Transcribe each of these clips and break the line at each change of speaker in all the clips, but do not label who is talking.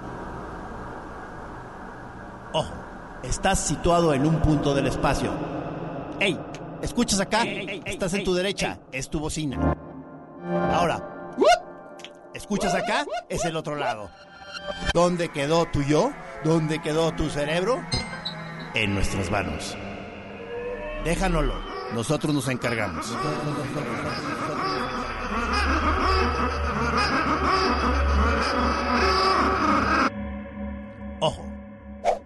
Ojo, Oh, estás situado en un punto del espacio. ¡Ey! ¿Escuchas acá? estás en tu derecha, es tu bocina. Ahora, ¿escuchas acá? Es el otro lado. ¿Dónde quedó tu yo? ¿Dónde quedó tu cerebro? En nuestras manos. Déjanoslo, nosotros nos encargamos. Ojo.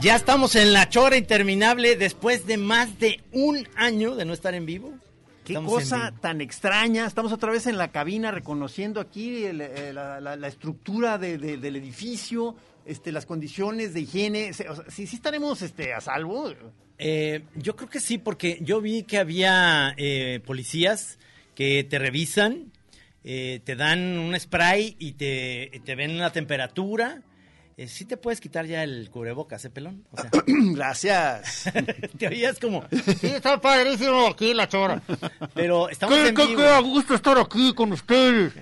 Ya estamos en la chora interminable después de más de un año de no estar en vivo.
Qué
Estamos en
cosa
vivo.
tan extraña. Estamos otra vez en la cabina reconociendo aquí el, eh, la, la- la estructura de- de- del edificio, este, las condiciones de higiene. Se- o sea, sí, sí estaremos este, a salvo.
Eh, yo creo que sí, porque yo vi que había eh, policías que te revisan, eh, te dan un spray y te, y te ven la temperatura. Eh, sí te puedes quitar ya el cubrebocas, ¿eh, pelón? O sea,
Gracias.
te oías como...
Sí, está padrísimo aquí la chora.
Pero estamos
Qué,
en
qué,
vivo.
qué a gusto estar aquí con ustedes.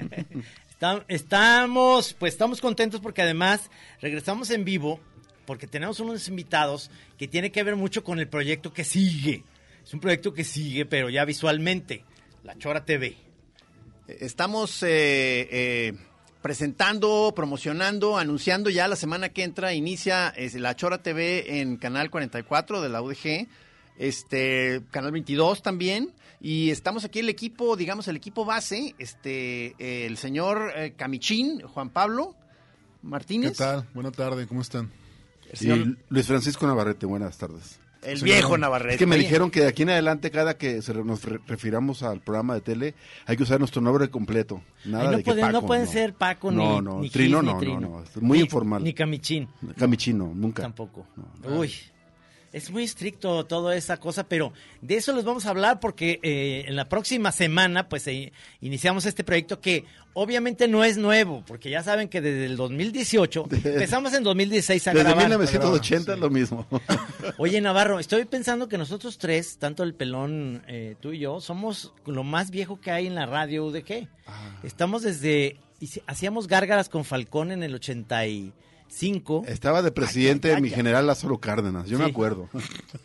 Estam- Estamos, pues estamos contentos porque además regresamos en vivo porque tenemos unos invitados que tiene que ver mucho con el proyecto que sigue. Es un proyecto que sigue, pero ya visualmente. La Chora TV.
Estamos eh, eh, presentando, promocionando, anunciando ya la semana que entra, inicia es, la Chora TV en Canal 44 de la UDG, este, Canal 22 también, y estamos aquí el equipo, digamos, el equipo base, este, eh, el señor eh, Camichín, Juan Pablo
¿Qué
Martínez,
tal? Buena tarde, ¿cómo están?
el,
Y
señor-
Luis Francisco Navarrete, buenas tardes.
el
señor-
viejo Navarrete.
Pues,
Es que me
Oye,
dijeron que de aquí en adelante, cada que se re- nos re- refiramos al programa de tele, hay que usar nuestro nombre completo. Nada
Ay, no,
de que
pueden, no
Paco,
pueden ser Paco ni,
no, no,
ni
Trino,
Gis, ni
no,
Trino.
no, no, es muy
Ni-
informal.
Ni Camichín.
Camichino, nunca.
Tampoco.
No.
Uy, es muy estricto toda esa cosa, pero de eso les vamos a hablar porque eh, en la próxima semana, pues eh, iniciamos este proyecto que obviamente no es nuevo, porque ya saben que desde el 2018, empezamos en 2016 a
Desde
grabar.
1980 es lo mismo.
Oye, Navarro, estoy pensando que nosotros tres, tanto el pelón, eh, tú y yo, somos lo más viejo que hay en la radio UDG.
Ah.
Estamos desde. hice- Hacíamos gárgaras con Falcón en el 85.
Estaba de presidente
Ay, ay, ay,
mi
ay.
general Lázaro Cárdenas, yo me
Sí.
acuerdo.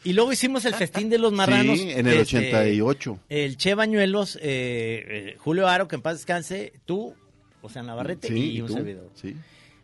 Y luego hicimos el festín de los marranos.
sí, en el
este,
88.
El Che Bañuelos, eh, eh, Julio Aro, que en paz descanse, tú, o sea, Navarrete
Sí,
y un
tú,
servidor.
sí.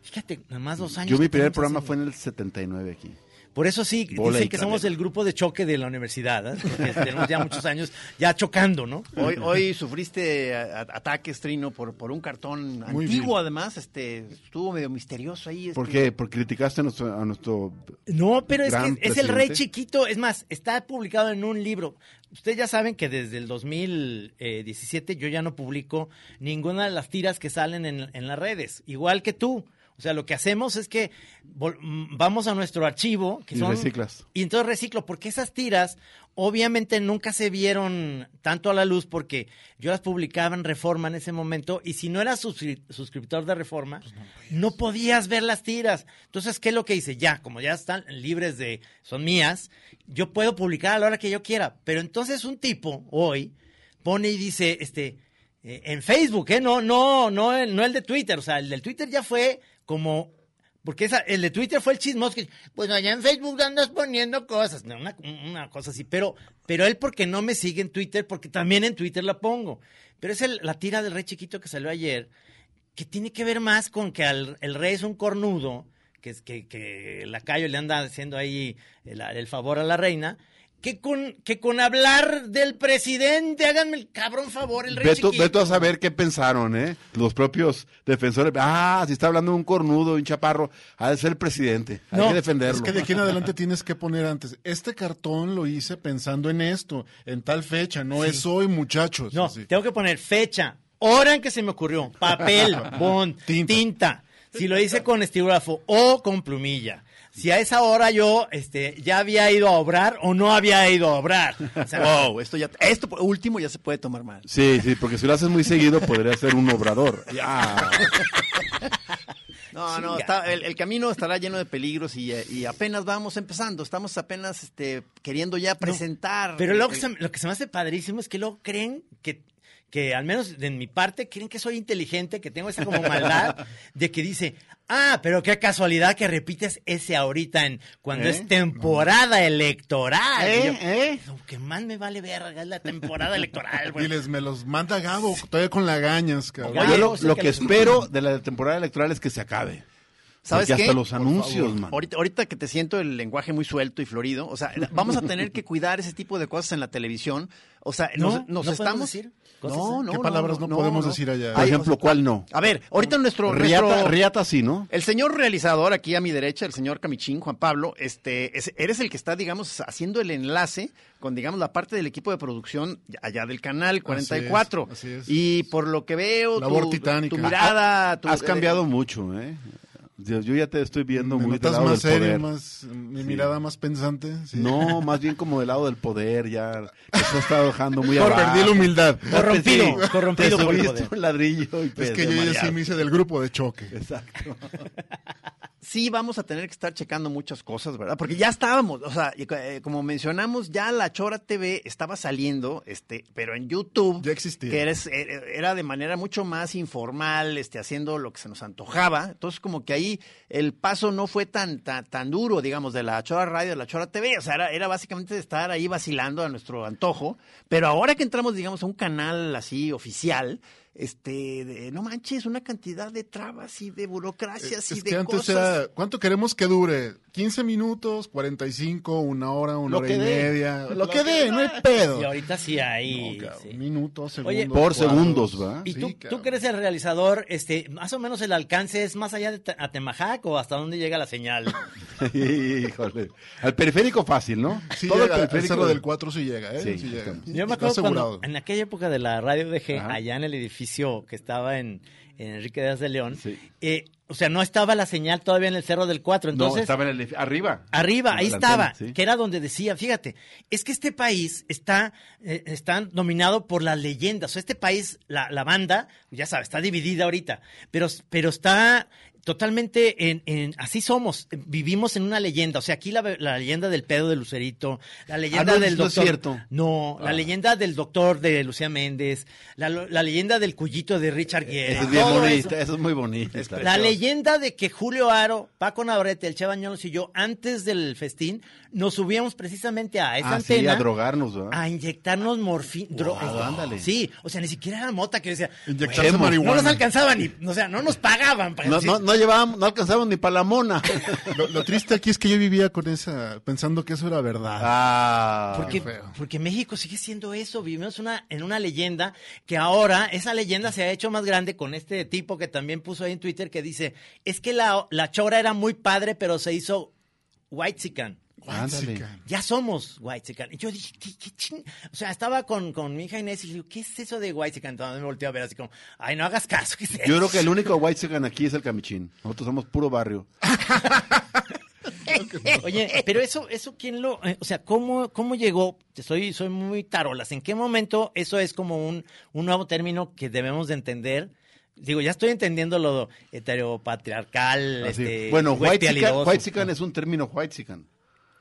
Fíjate, nada más dos años.
Yo mi
que
primer
tenemos
programa
haciendo.
fue en el 79 aquí.
Por eso sí,
Bola
dicen
y
que somos
canela.
el grupo de choque de la universidad, ¿eh? porque tenemos ya muchos años ya chocando, ¿no?
Hoy, hoy sufriste eh, a- a- ataques, Trino, por, por un cartón
Muy
antiguo,
bien.
además, este, estuvo medio misterioso ahí.
¿Por
este,
qué? Porque criticaste a nuestro, a nuestro
No, pero es
Gran
que es el rey
presidente.
chiquito. Es más, está publicado en un libro. Ustedes ya saben que desde el 2017 yo ya no publico ninguna de las tiras que salen en, en las redes, igual que tú. O sea, lo que hacemos es que vol- mm, vamos a nuestro archivo. Que
Y
son-
reciclas.
Y entonces reciclo, porque esas tiras obviamente nunca se vieron tanto a la luz porque yo las publicaba en Reforma en ese momento y si no eras suscri- suscriptor de Reforma, no, podías ver las tiras. Entonces, ¿qué es lo que hice? Ya, como ya están libres de, son mías, yo puedo publicar a la hora que yo quiera. Pero entonces un tipo hoy pone y dice, este, eh, en Facebook, ¿eh? No, no, no, el- no el de Twitter. O sea, el del Twitter ya fue como Porque esa, el de Twitter fue el chismoso que, bueno, allá en Facebook andas poniendo cosas, no, una, una cosa así, pero, pero él porque no me sigue en Twitter, porque también en Twitter la pongo. Pero es el- la tira del rey chiquito que salió ayer, que tiene que ver más con que al- el rey es un cornudo, que, es- que, que el lacayo le anda haciendo ahí el, el favor a la reina, que con, que con hablar del presidente, háganme el cabrón favor, el rey
Ve tú,
chiquito.
ve tú a saber qué pensaron, ¿eh? Los propios defensores. Ah, si está hablando un cornudo, un chaparro, ha de ser el presidente. Hay
No,
que defenderlo.
Es que de aquí en adelante tienes que poner antes. Este cartón lo hice pensando en esto, en tal fecha, no es hoy, muchachos.
No,
Así.
tengo que poner fecha, hora en que se me ocurrió, papel, bond, tinta.
Tinta.
Si lo hice con estilógrafo o con plumilla. Si a esa hora yo este, ya había ido a obrar o no había ido a obrar. O sea,
Wow, esto ya, esto último ya se puede tomar mal.
Sí, sí, porque si lo haces muy seguido podría ser un obrador. Ya.
No, no,
Chinga.
está- el, el camino estará lleno de peligros y, eh, y apenas vamos empezando. Estamos apenas este, queriendo ya presentar. eh,
Pero luego que
el-
se- lo que se me hace padrísimo es que luego creen que, que al menos de mi parte, creen que soy inteligente, que tengo esa como maldad de que dice, ah, pero qué casualidad que repites ese ahorita en cuando
¿Eh?
es temporada electoral. Y yo,
¿Eh?
Aunque más me vale verga, es la temporada electoral, güey.
Diles, me los manda Gabo, todavía con lagañas, cabrón.
Oye,
Yo lo,
cosa
lo
que
que
les-
espero de la temporada electoral es que se acabe.
¿Sabes
Porque
qué?
hasta los
Por
anuncios,
favor.
man.
Ahorita, ahorita que te siento el lenguaje muy suelto y florido, o sea, vamos a tener que cuidar ese tipo de cosas en la televisión. O sea,
No,
nos, nos
no podemos
estamos.
decir cosas,
no,
¿eh?
no,
¿Qué palabras no podemos decir allá?
Por
Ay,
ejemplo, ¿cuál no?
A ver, ahorita nuestro.
Riata,
nuestro-
Riata sí, ¿no?
El señor realizador aquí a mi derecha, el señor Camichín, Juan Pablo, este, es- eres el que está, digamos, haciendo el enlace con, digamos, la parte del equipo de producción allá del canal 44.
Así es, así es.
Y por lo que veo,
Labor
tu,
titánica. Ah,
tu mirada, tu-
Has cambiado mucho, ¿eh? Dios, Yo ya te estoy viendo
Me
muy del
notas
lado
más
del
serio,
poder.
más, mi mirada más pensante. sí.
No, más bien como del lado del poder, ya. Eso está dejando muy
Por
abajo.
perdí la humildad.
Corrompido,
Sí,
corrompido
te
por el
subiste
poder.
un ladrillo y
Es
pues,
que
de
yo ya
mareado.
sí me hice del grupo de choque.
Exacto.
sí vamos a tener que estar checando muchas cosas, ¿verdad? Porque ya estábamos, o sea, y co- eh, como mencionamos, ya la Chora TV estaba saliendo, este, pero en YouTube.
Ya existía.
Que eres- er- era de manera mucho más informal, este, haciendo lo que se nos antojaba. Entonces, como que ahí el paso no fue tan, tan, tan duro, digamos, de la Chora Radio a la Chora TV. O sea, era, era básicamente estar ahí vacilando a nuestro antojo. Pero ahora que entramos, digamos, a un canal así oficial, este, de- no manches, una cantidad de trabas y de burocracias y
Es
de
que antes
cosas.
era, ¿cuánto queremos que dure? ¿15 minutos? ¿45? ¿Una hora? ¿Una
Lo
hora
que
y
dé.
media?
Lo
Lo
que
que dé, no hay pedo.
Y ahorita sí hay.
No, cabrón,
sí.
Minutos, segundos.
Oye,
Por
cuadros.
segundos, ¿va?
Y
Sí,
tú,
cabrón.
tú que eres el realizador, este, más o menos el alcance es más allá de Ta- Atemajac o hasta dónde llega la señal.
Híjole. Al periférico fácil, ¿no?
Sí
Todo
llega,
el
el
periférico
cerro del 4 sí llega, ¿eh?
Sí,
Sí, llega.
estamos.
Yo me
Está
acuerdo
asegurado.
cuando, en aquella época de la radio DG,
Ajá.
allá en el edificio que estaba en, en Enrique Díaz de León,
Sí.
eh, o sea, no estaba la señal todavía en el Cerro del Cuatro, entonces...
no, estaba en el, arriba.
Arriba,
En
ahí
la
estaba,
antena, sí.
que era donde decía, fíjate, es que este país está, eh, está dominado por las leyendas. O sea, este país, la, la banda, ya sabes, está dividida ahorita, pero, pero está totalmente en, en- así somos, vivimos en una leyenda. O sea, aquí la, la leyenda del pedo de Lucerito, la leyenda
Ah, no,
del
no
doctor.
es cierto.
No, la
Ah.
leyenda del doctor de Lucía Méndez, la, la leyenda del cuyito de Richard Gere.
Eso Eh, es bien
Ah, todo eso.
bonito, eso es muy bonito.
La leyenda de que Julio Aro, Paco Navarrete, el Che Bañuelos y yo, antes del festín, nos subíamos precisamente a esa
Ah, sí,
antena Ah,
a drogarnos, ¿verdad?
a inyectarnos morfina.
ándale.
Sí, o sea, ni siquiera era mota que decía.
Inyectarse
"Güey,
marihuana".
No nos alcanzaban ni, o sea, no nos pagaban. para
no,
decir-
no, no llevábamos, no alcanzábamos ni para la mona.
Lo, lo triste aquí es que yo vivía con esa, pensando que eso era verdad.
ah.
Porque,
qué feo.
porque México sigue siendo eso, vivimos una, en una leyenda que ahora esa leyenda se ha hecho más grande con este tipo que también puso ahí en Twitter que dice, es que la, la chora era muy padre pero se hizo white
Ah,
Ándale.
Guachica.
ya somos Whitezican. Y yo dije, ¿qué, qué ching? O sea, estaba con, con mi hija Inés y le digo, ¿qué es eso de Whitezican? Entonces me volteó a ver así como, ay, no hagas caso. ¿qué es eso?
Yo creo que el único white chican aquí es el camichín. Nosotros somos puro barrio.
Oye, pero eso, eso quién lo, eh, o sea, ¿cómo, cómo llegó? Soy, soy muy tarolas. ¿En qué momento eso es como un, un nuevo término que debemos de entender? Digo, ya estoy entendiendo lo heteropatriarcal,
Así.
este,
Ah, bueno,
güey
white chican,
pialidoso.
es un término white chican.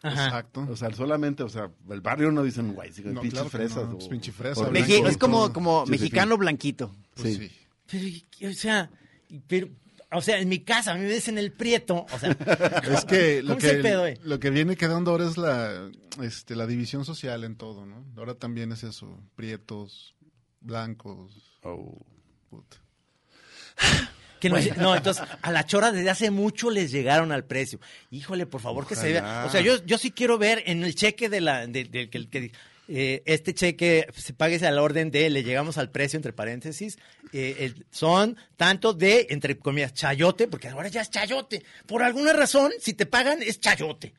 Ajá.
Exacto.
O sea, solamente, o sea, el barrio no dicen white chican,
No,
pinches
claro que
fresas.
no,
o-
pues, pinche fresa,
o-
blanco.
Meji- es como, como
Sí, sí,
mexicano blanquito.
Pues
sí.
sí.
Pero, y- o sea, y- pero O sea, en mi casa, a mí me dicen el prieto. O sea,
Es que lo
¿Cómo es
que,
el pedo, eh?
lo que viene quedando ahora es la, este, la división social en todo, ¿no? Ahora también es eso, prietos, blancos,
Oh.
puta.
Que no, no, entonces, a la chora desde hace mucho les llegaron al precio. Híjole, por favor, que se vea.
Ojalá.
O sea, yo, yo sí quiero ver en el cheque de la, de- del que, que, eh, este cheque se pague al orden de, le llegamos al precio, entre paréntesis, eh, el- son tanto de, entre comillas, chayote, porque ahora ya es chayote. Por alguna razón, si te pagan, es chayote.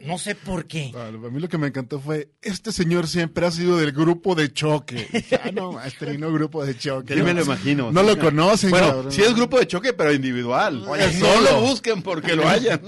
No sé por qué.
A lo- a mí lo que me encantó fue, este señor siempre ha sido del grupo de choque. Dije, ah, no, este vino grupo de choque.
Yo
No,
me lo imagino.
No lo conocen,
Bueno,
cabrón.
sí es grupo de choque, pero individual.
Oye,
no
solo.
lo busquen porque lo hayan.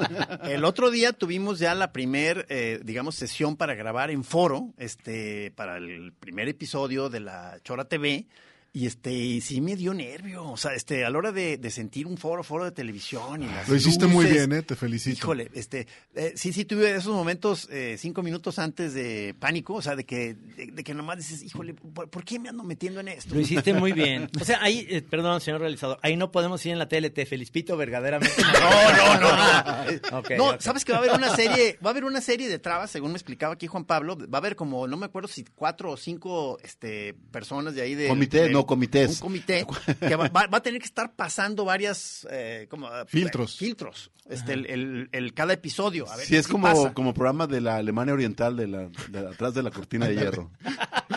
El otro día tuvimos ya la primer, eh, digamos, sesión para grabar en foro, este, para el primer episodio de la Chora TV. Y este, y sí me dio nervio. O sea, este, a la hora de, de sentir un foro, foro de televisión y las
Ah, Lo hiciste muy
luces.
bien, ¿eh? Te felicito.
Híjole, este, eh, sí, sí tuve esos momentos eh, cinco minutos antes de pánico, o sea, de que, de, de que nomás dices, híjole, ¿por, por qué me ando metiendo en esto?
Lo hiciste muy bien. O sea, ahí, eh, perdón, señor realizador, ahí no podemos ir en la tele, te felicito verdaderamente.
No, no, no.
Ok,
no,
ok.
sabes que va a haber una serie, va a haber una serie de trabas, según me explicaba aquí Juan Pablo, va a haber como, no me acuerdo si cuatro o cinco este, personas de ahí de...
Comité,
de-
no, comités.
Un comité que va, va- va a tener que estar pasando varias... eh, como, eh,
Filtros.
filtros. Este, el, el- el- cada episodio. A ver,
Sí, es
qué pasa.
como, como programa de la Alemania Oriental, de la, de atrás de la cortina de hierro.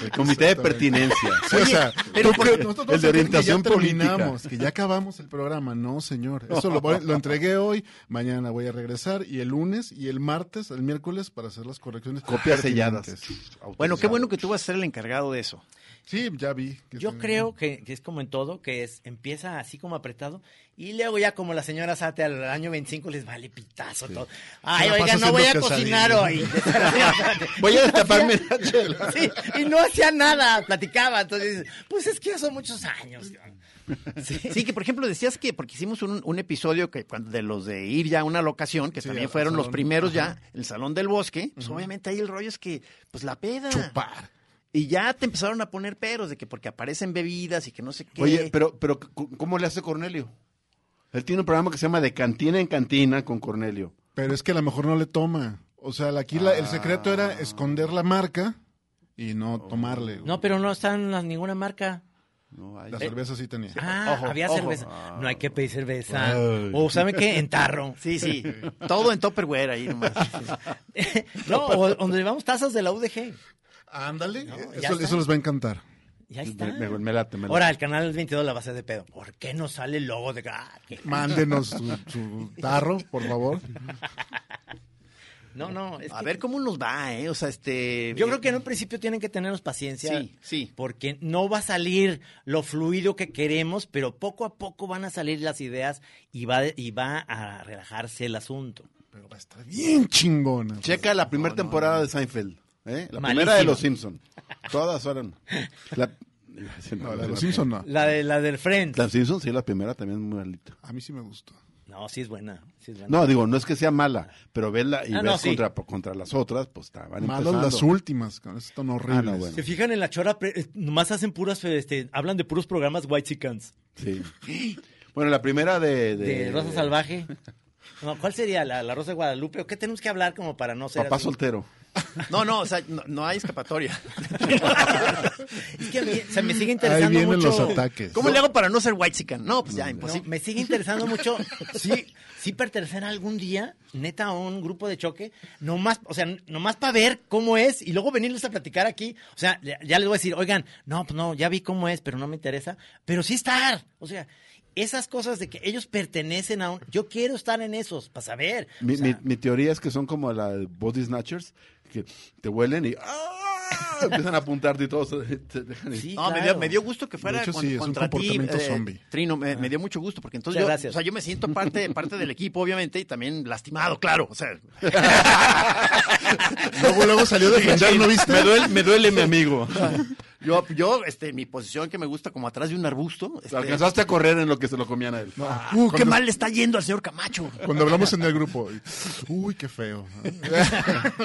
El comité de pertinencia.
Sí, o sea,
pero
tú
porque
cre- nosotros
el de
creemos
orientación
que ya terminamos, que ya acabamos el programa, no, señor. Eso lo, voy- lo entregué hoy, mañana voy a regresar y el lunes y el martes, el miércoles para hacer las correcciones.
Copias selladas.
pertinentes.
Bueno, qué bueno que tú vas a ser el encargado de eso.
Sí, ya vi. que
Yo
se-
creo que, que es como en todo, que es empieza así como apretado y luego ya como la señora Sate al año 25 les vale pitazo todo. Ay,
la
oiga,
pasas
no voy a
haciendo
cocinar hoy.
quesadillas.
Voy a destaparme la chela.
Sí, y no hacía nada, platicaba. Entonces, pues es que ya son muchos años. Sí.
Sí, que por ejemplo decías que, porque hicimos un, un episodio que, cuando- de los de ir ya a una locación, que
Sí,
también
al
fueron los
salón.
primeros ya, el Salón del Bosque, pues obviamente ahí el rollo es que, pues la peda.
Chupar.
Y ya te empezaron a poner peros de que porque aparecen bebidas y que no sé qué.
Oye, pero, pero c- ¿cómo le hace Cornelio? Él tiene un programa que se llama De Cantina en Cantina con Cornelio.
Pero es que a lo mejor no le toma. O sea, la- aquí la- el secreto
Ah.
era esconder la marca y no
Oh.
tomarle. güey.
No, pero no están las- ninguna marca.
No, ay,
La
eh,
cerveza sí tenía.
Ah,
Ojo,
había
ojo.
cerveza. No hay que pedir cerveza.
Ay.
O, ¿saben qué? En tarro.
Sí, sí, todo en Tupperware ahí nomás.
No, o, o nos llevamos tazas de la UDG.
Ándale,
No, ya
eso,
está.
eso les va a encantar.
Ya está.
Pues me, me- me late, me late.
Ahora, el canal 22 la va a hacer de pedo. ¿Por qué no sale el logo de... ah, qué-
Mándenos su, su tarro, por favor.
No, no. es
A
que-
ver cómo nos va, ¿eh? O sea, este.
Yo creo que en un principio tienen que tenernos paciencia.
Sí, sí.
Porque no va a salir lo fluido que queremos, pero poco a poco van a salir las ideas y va, y va a relajarse el asunto.
Pero va a estar bien chingona.
Checa la primera temporada de Seinfeld. ¿eh? La
Malísimo.
primera de Los Simpson. Todas eran. La...
No, la de los Simpson no.
La de la del Friends.
La Simpson sí, la primera también es muy malita.
A mí sí me gustó.
No, sí es buena. Sí es buena.
No, digo, no es que sea mala, pero vela y
Ah,
ves
no, sí.
contra, contra las otras, pues estaban
Malas
empezando.
las últimas, cabrón. Están horribles.
Ah, no, bueno.
Se fijan en la chora, pre- eh, nomás hacen puras, este, hablan de puros programas white chickens.
Sí. Bueno, la primera de...
De, Rosa Salvaje. No, ¿Cuál sería? ¿La, la Rosa de Guadalupe? ¿O qué tenemos que hablar como para no ser
Papá
así?
soltero.
No, no, o sea, no, no hay escapatoria.
Es que a mí, mm, se me sigue
Ahí
interesando
vienen
mucho.
los ataques.
¿Cómo le hago para no ser white No, pues ya,
No,
imposible.
me sigue interesando mucho. Sí, sí pertenecer algún día, neta, a un grupo de choque, nomás, o sea, nomás para ver cómo es y luego venirles a platicar aquí. O sea, ya ya les voy a decir, oigan, no, pues no, ya vi cómo es, pero no me interesa. Pero sí estar. O sea, esas cosas de que ellos pertenecen a un. Yo quiero estar en esos, para saber. O
Mi,
sea,
mi- mi teoría es que son como la de Body Snatchers, que te huelen y ¡ah! empiezan a apuntarte y todos te- te dejan ir.
sí,
No, me,
claro.
dio, me dio gusto que fuera
De hecho,
con-
sí, es un
contra ti,
comportamiento
eh,
zombie. Ah.
Trino, me, me dio mucho gusto porque entonces
Muchas
yo,
gracias.
o sea, yo me siento parte, parte del equipo, obviamente, y también lastimado, claro. O sea,
Luego, luego salió a defender, ¿no viste?
Me duele, me duele mi amigo.
Yo, yo, este, mi posición que me gusta como atrás de un arbusto. este,
Alcanzaste a correr en lo que se lo comían a él.
¡Uh, qué mal le está yendo al señor Camacho!
Cuando hablamos en el grupo, uy, qué feo. ¿no?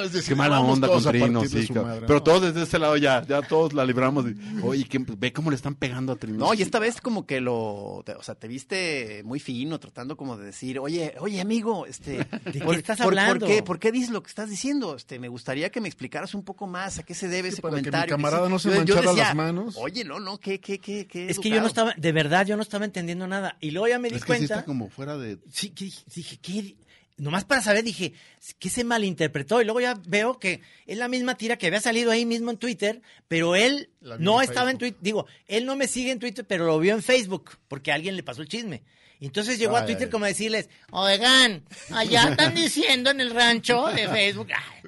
Es decir,
Qué mala
vamos
onda con
todos a
Trino,
partir de
sí,
su
cabrón.
madre,
Pero
¿no?
todos desde este lado ya, ya todos la libramos. y, Oye, ¿qué- ve cómo le están pegando a Trino.
No, y esta vez como que lo, te- o sea, te viste muy fino, tratando como de decir, oye, oye, amigo, este,
qué estás hablando?
qué, por qué dices lo que estás diciendo? Este, me gustaría que me explicaras un poco más a qué se debe
Sí,
ese
para que mi
comentario.
camarada
sí.
no se
Yo- yo
manchara las manos.
Oye, no, no, qué, qué, qué, qué.
Es que yo no
educado".
estaba, de verdad, yo no estaba entendiendo nada. Y luego ya me di
es que sí
cuenta.
está como fuera de...
Sí, que dije- dije, ¿qué? di- Nomás para saber, dije, ¿qué se malinterpretó? Y luego ya veo que es la misma tira que había salido ahí mismo en Twitter, pero él
La vi
no
en
estaba en
Facebook.
Twitter. Digo, él no me sigue en Twitter, pero lo vio en Facebook, porque alguien le pasó el chisme. Y Entonces llegó a
Ay,
Twitter
ay.
como a decirles, oigan, allá están diciendo en el rancho de Facebook. Ay,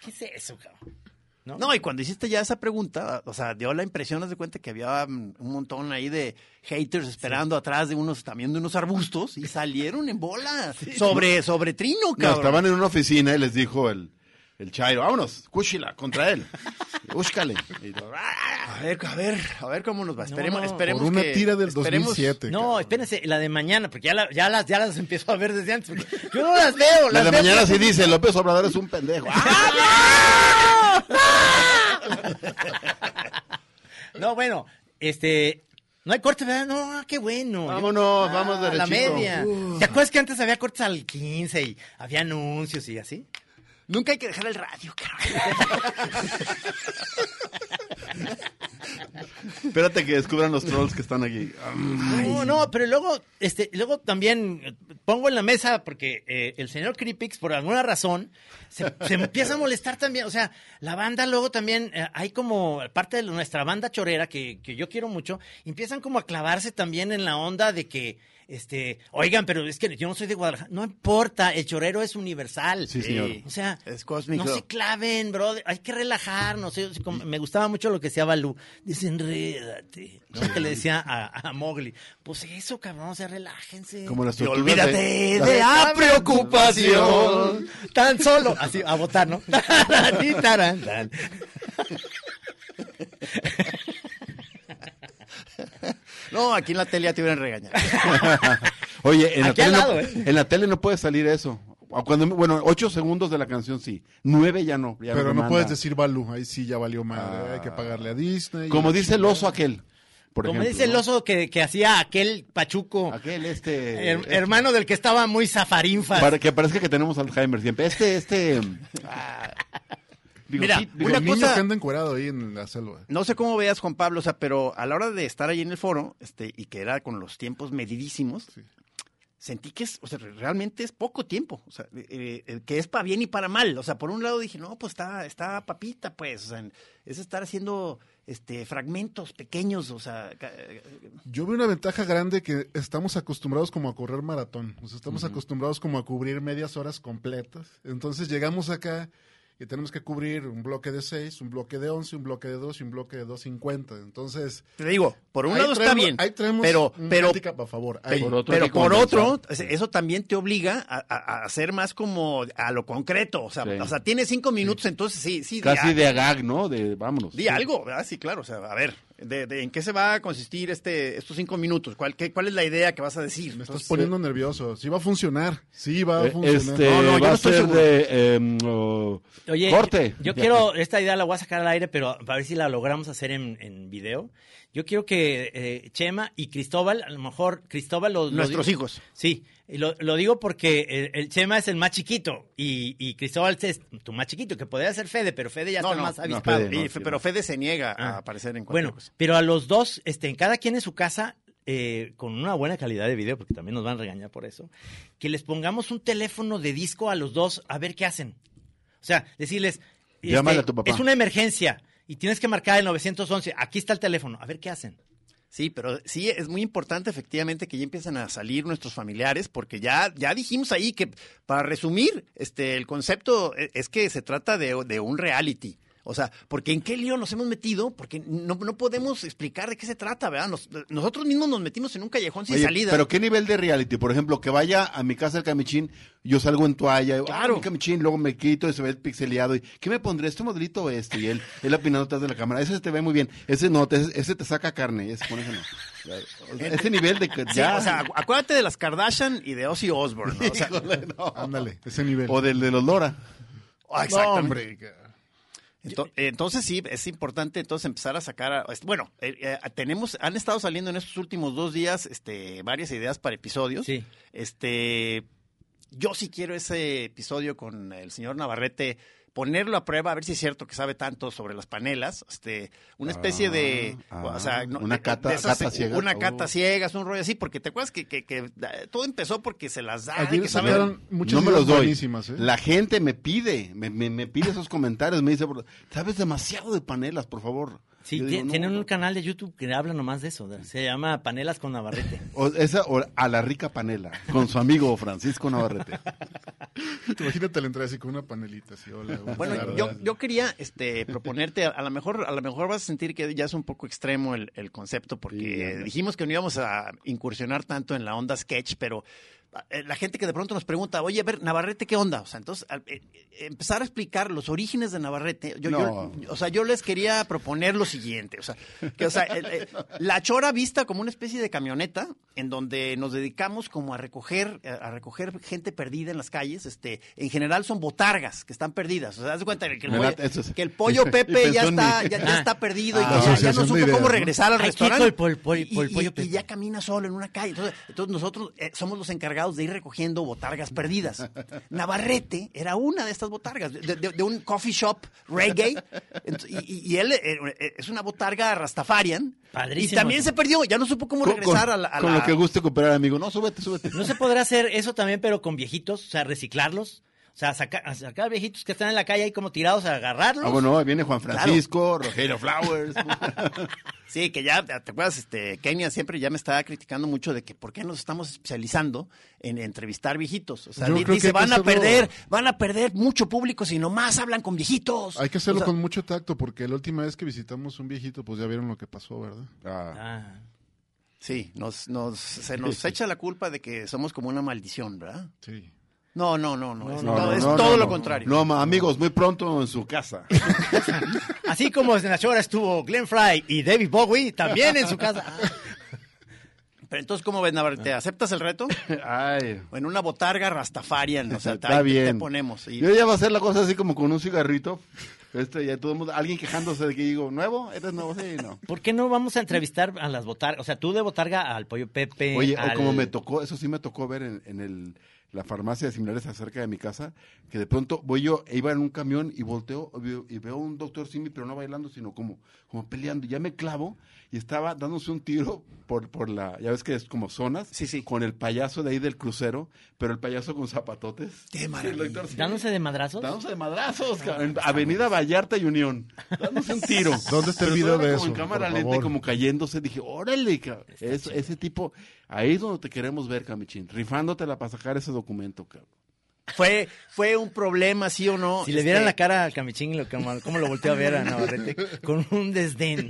¿Qué es eso, cabrón?
No, y cuando hiciste ya esa pregunta, o sea, dio la impresión, haz de cuenta que había mm, un montón ahí de haters esperando atrás de unos, también de unos arbustos, y salieron en bola sobre, sobre Trino,
No,
cabrón.
estaban en una oficina y les dijo el, el Chairo, vámonos, cúchila, contra él. Úscale. Y todo, "Ah".
A ver, a ver, a ver cómo nos va. Esperemos,
no.
esperemos
Por una
que-
tira del
esperemos-
Este,
2007.
No,
cabrón.
espérense, la de mañana, porque ya, la- ya las, ya las empiezo a ver desde antes. porque Yo no las veo. las
La de
veo
mañana
por-
sí dice, López Obrador es un pendejo. ¡Ah!
No, bueno, este. No hay corte, ¿verdad? No, ah, qué bueno.
Vámonos, vamos
ah, a la
derechito.
media. ¿Te acuerdas que antes había cortes al 15 y había anuncios y así?
Nunca hay que dejar el radio, cabrón.
Espérate que descubran los trolls que están aquí.
No, no, pero luego, este, luego también eh, pongo en la mesa porque eh, el señor Cripix, por alguna razón, se, se empieza a molestar también. O sea, la banda luego también, eh, hay como parte de nuestra banda chorera que, que yo quiero mucho, empiezan como a clavarse también en la onda de que, este, oigan, pero es que yo no soy de Guadalajara. No importa, el chorero es universal.
Sí, señor.
O sea,
Es cósmico.
no se claven, bro. Hay que relajarnos. Yo, como- me gustaba mucho lo que decía Balú. Desenrédate. ¿no? Que le decía a, a Mowgli. Pues eso, cabrón. O sea, relájense.
Como las
Y
tortugas
olvídate
de-
de,
las-
la preocupación.
Tan solo. Así, a votar, ¿no? Tararati, taran, tan.
No, aquí en la tele ya te hubieran regañado.
Oye, en la,
Aquí al
tele no,
lado, ¿eh?
en la tele no puede salir eso. O Cuando, bueno, ocho segundos de la canción sí, nueve ya no. ya te
Pero no
manda.
puedes decir Balú, ahí sí ya valió madre, hay que pagarle a Disney.
Ah. Como dice el oso aquel, por
Como
ejemplo,
dice el
¿no?
oso que, que hacía aquel pachuco.
Aquel, este...
her- hermano del que estaba muy zafarinfa.
Para que parezca que tenemos Alzheimer siempre. Este, este... ah, digo,
Mira,
sí, digo,
Una
Una
el niño
cosa-
que anda encuerado ahí en la selva.
No sé cómo veas, Juan Pablo, o sea, pero a la hora de estar ahí en el foro, este, y que era con los tiempos medidísimos, sentí que es, o sea, realmente es poco tiempo, o sea, eh, eh, que es para bien y para mal. O sea, por un lado dije, no, pues está, está papita, pues, o sea, es estar haciendo este fragmentos pequeños, o sea, ca- eh,
Yo veo una ventaja grande que estamos acostumbrados como a correr maratón. O sea, estamos acostumbrados como a cubrir medias horas completas. Entonces llegamos acá y tenemos que cubrir un bloque de 6, un bloque de 11, un bloque de 2 y un bloque de 2.50. Entonces,
te digo, por un
ahí
lado está
traemos-
bien,
Ahí traemos
pero,
un
pero,
handicap a favor.
Pe-
Ahí.
Por otro hay
pero
que
por otro,
compensar.
eso también te obliga a, a- a ser más como a lo concreto. O sea,
Sí.
o sea tienes cinco minutos, entonces sí, sí. di
Casi
a-
de agag, ¿no? De vámonos.
Di algo, ¿verdad? Sí, claro. O sea, a ver, de, de- ¿en qué se va a consistir este estos cinco minutos? ¿Cuál, qué- ¿Cuál es la idea que vas a decir?
Me estás
Entonces,
poniendo nervioso. Sí va a funcionar. Sí va a
Eh,
funcionar.
Este,
No, no, yo
va
no
a
estoy
ser
seguro.
de... em, oh,
Oye,
corte.
yo
Ya.
quiero, esta idea la voy a sacar al aire, pero a ver si la logramos hacer en, en video. Yo quiero que eh, Chema y Cristóbal, a lo mejor Cristóbal los...
eh, Nuestros hijos.
Sí, y lo, lo digo porque el, el Chema es el más chiquito y, y Cristóbal es tu más chiquito, que podría ser Fede, pero Fede ya
No,
está
no,
más
no,
avispado.
Fede, no,
y-
sí,
pero
no.
Fede se niega
Ah.
a aparecer en cualquier
Bueno,
cosa.
pero a los dos, este, en cada quien en su casa, eh, con una buena calidad de video, porque también nos van a regañar por eso, que les pongamos un teléfono de disco a los dos a ver qué hacen. O sea, decirles, este,
Llámale a tu papá.
es una emergencia y tienes que marcar el 911, aquí está el teléfono, a ver qué hacen.
Sí, pero sí es muy importante efectivamente que ya empiezan a salir nuestros familiares, porque ya, ya dijimos ahí eh, que, para resumir, este, el concepto e- es que se trata de, de un reality. O sea, porque en qué lío nos hemos metido, porque no, no podemos explicar de qué se trata, ¿verdad? Nos- nosotros mismos nos metimos en un callejón sin
Oye,
salida.
Pero qué nivel de reality, por ejemplo, que vaya a mi casa el camichín, yo salgo en toalla, claro.
Claro.
mi camichín, luego me quito y se ve el pixeleado y ¿qué me pondré? ¿Este modelito o este? Y él, él opinando detrás de la cámara, ese te ve muy bien, ese no, te- ese, te saca carne, ese con ese no. O sea, Ese nivel de que
Sí,
ya,
o sea, acu- acuérdate de las Kardashian y de Ozzy Osbourne. ¿no? O sea,
híjole, no.
Ándale, ese nivel.
O del de los Lora.
ah,
No,
exactamente.
hombre. ca-
Ento- Entonces sí, es importante entonces empezar a sacar, a- es- bueno, eh, eh, tenemos, han estado saliendo en estos últimos dos días este, varias ideas para episodios.
Sí.
Este, yo sí quiero ese episodio con el señor Navarrete, ponerlo a prueba, a ver si es cierto que sabe tanto sobre las panelas, este, una especie de,
Ah,
o sea,
ah, una
de-
cata-
de esas-
cata ciegas.
una cata
Oh.
ciegas, un rollo así, porque te acuerdas que, que- que, eh, todo empezó porque se las da,
Ayer
que
se
sabe-
vieron muchas
no me los
ideas
doy.
buenísimas, ¿eh?
La gente me pide, me, me- me pide esos comentarios, me dice, sabes demasiado de panelas, por favor.
Sí,
Yo
ti-
digo, no,
tienen
no.
un canal de YouTube que habla nomás de eso. de- Se llama Panelas con Navarrete.
O esa, o a la rica panela, con su amigo Francisco Navarrete.
Imagínate la entrada así con una panelita, así, hola. buenas
Bueno,
tardes.
yo, yo quería este, proponerte, a, a lo mejor, a lo mejor vas a sentir que ya es un poco extremo el, el concepto, porque
Sí,
eh,
anda.
dijimos que no íbamos a incursionar tanto en la onda sketch, pero eh, la gente que de pronto nos pregunta, oye, a ver, Navarrete, ¿qué onda? O sea, entonces, al- eh, eh, empezar a explicar los orígenes de Navarrete, yo, yo-
No.
o sea, yo les quería proponer lo siguiente, o sea, que, o sea, el- el- la chora vista como una especie de camioneta en donde nos dedicamos como a recoger, eh, a recoger gente perdida en las calles, este, en general son botargas que están perdidas, o sea, haz de cuenta que el,
¿Verdad?
pollo-
Eso es.
que el pollo
Y
Pepe ya
pensó en
está,
mí.
ya, ya está perdido
Ah,
y que ya- ya, no
asociación de
supo
ideas,
cómo
¿no?
regresar al
Ay, Kiko,
restaurante
el pol- pol-
Y-
pol-
y-
pollo
y
Pepe.
ya camina solo en una calle. Entonces, entonces nosotros eh, somos los encargados de ir recogiendo botargas perdidas. Navarrete era una de estas botargas, de, de- de un coffee shop reggae. Ent- y, y- y él eh, eh, es una botarga rastafarian.
Padrísimo.
Y también se perdió, ya no supo cómo
Con-
regresar
con,
a la... a
con
la-
lo que guste cooperar, amigo. No, súbete, súbete.
No se podrá hacer eso también, pero con viejitos, o sea, reciclarlos. O sea, sacar, sacar viejitos que están en la calle ahí como tirados, agarrarlos.
Ah, bueno, ahí viene Juan Francisco, Rogelio Flowers.
Sí, que ya, ¿te acuerdas? Este, Kenia siempre ya me estaba criticando mucho de que por qué nos estamos especializando en entrevistar viejitos. O sea,
Yo
di-
creo
dice,
que hay que
van a
hacerlo-
perder, van a perder mucho público si nomás hablan con viejitos.
Hay que
O
hacerlo
sea,
con mucho tacto, porque la última vez que visitamos un viejito, pues ya vieron lo que pasó, ¿verdad?
Ah,
Ah.
Sí, nos, nos, se nos echa la culpa de que somos como una maldición, ¿verdad?
Sí.
No, no, no, no. es
no,
todo,
no,
es
no,
todo
no,
lo
no.
contrario.
No, ma- amigos, muy pronto en su casa.
Así como en la chora estuvo Glenn Fry y David Bowie, también en su casa.
Pero entonces, ¿cómo ves, Navarrete?
Ah.
¿Aceptas el reto?
Ay.
En una botarga rastafarian, o sea,
Está
ahí te-
bien.
te ponemos. y-
Yo ya va a hacer la cosa así como con un cigarrito. Este, ya todo el mundo, alguien quejándose de que digo, ¿nuevo? ¿Eres nuevo? Sí, no.
¿Por qué no vamos a entrevistar a las botargas? O sea, tú de botarga al pollo Pepe.
Oye,
Eh, al-
o como me tocó, eso sí me tocó ver en, en el, la farmacia de similares acerca de mi casa, que de pronto voy yo, e iba en un camión y volteo y veo- y veo un doctor Simi, pero no bailando, sino como, como peleando. Ya me clavo y estaba dándose un tiro por, por la, ya ves que es como zonas,
Sí, sí.
con el payaso de ahí del crucero, pero el payaso con zapatotes.
¡Qué maravilla!
El doctor Simi.
¿Dándose de madrazos?
Dándose de madrazos, cabrón. Avenida Vallarta y Unión. Dándose un tiro.
¿Dónde está el
Pero
video
todavía
de
como
eso,
En cámara
por
lenta y
favor?
como cayéndose. Dije, órale, cabrón. Es- ese tipo, ahí es donde te queremos ver, Camichín. Rifándotela para sacar ese documento, cabrón.
Fue, fue un problema, ¿sí o no?
Si le
Este,
vieran la cara al camichín, lo, como, como lo volteó a ver a Navarrete, con un desdén.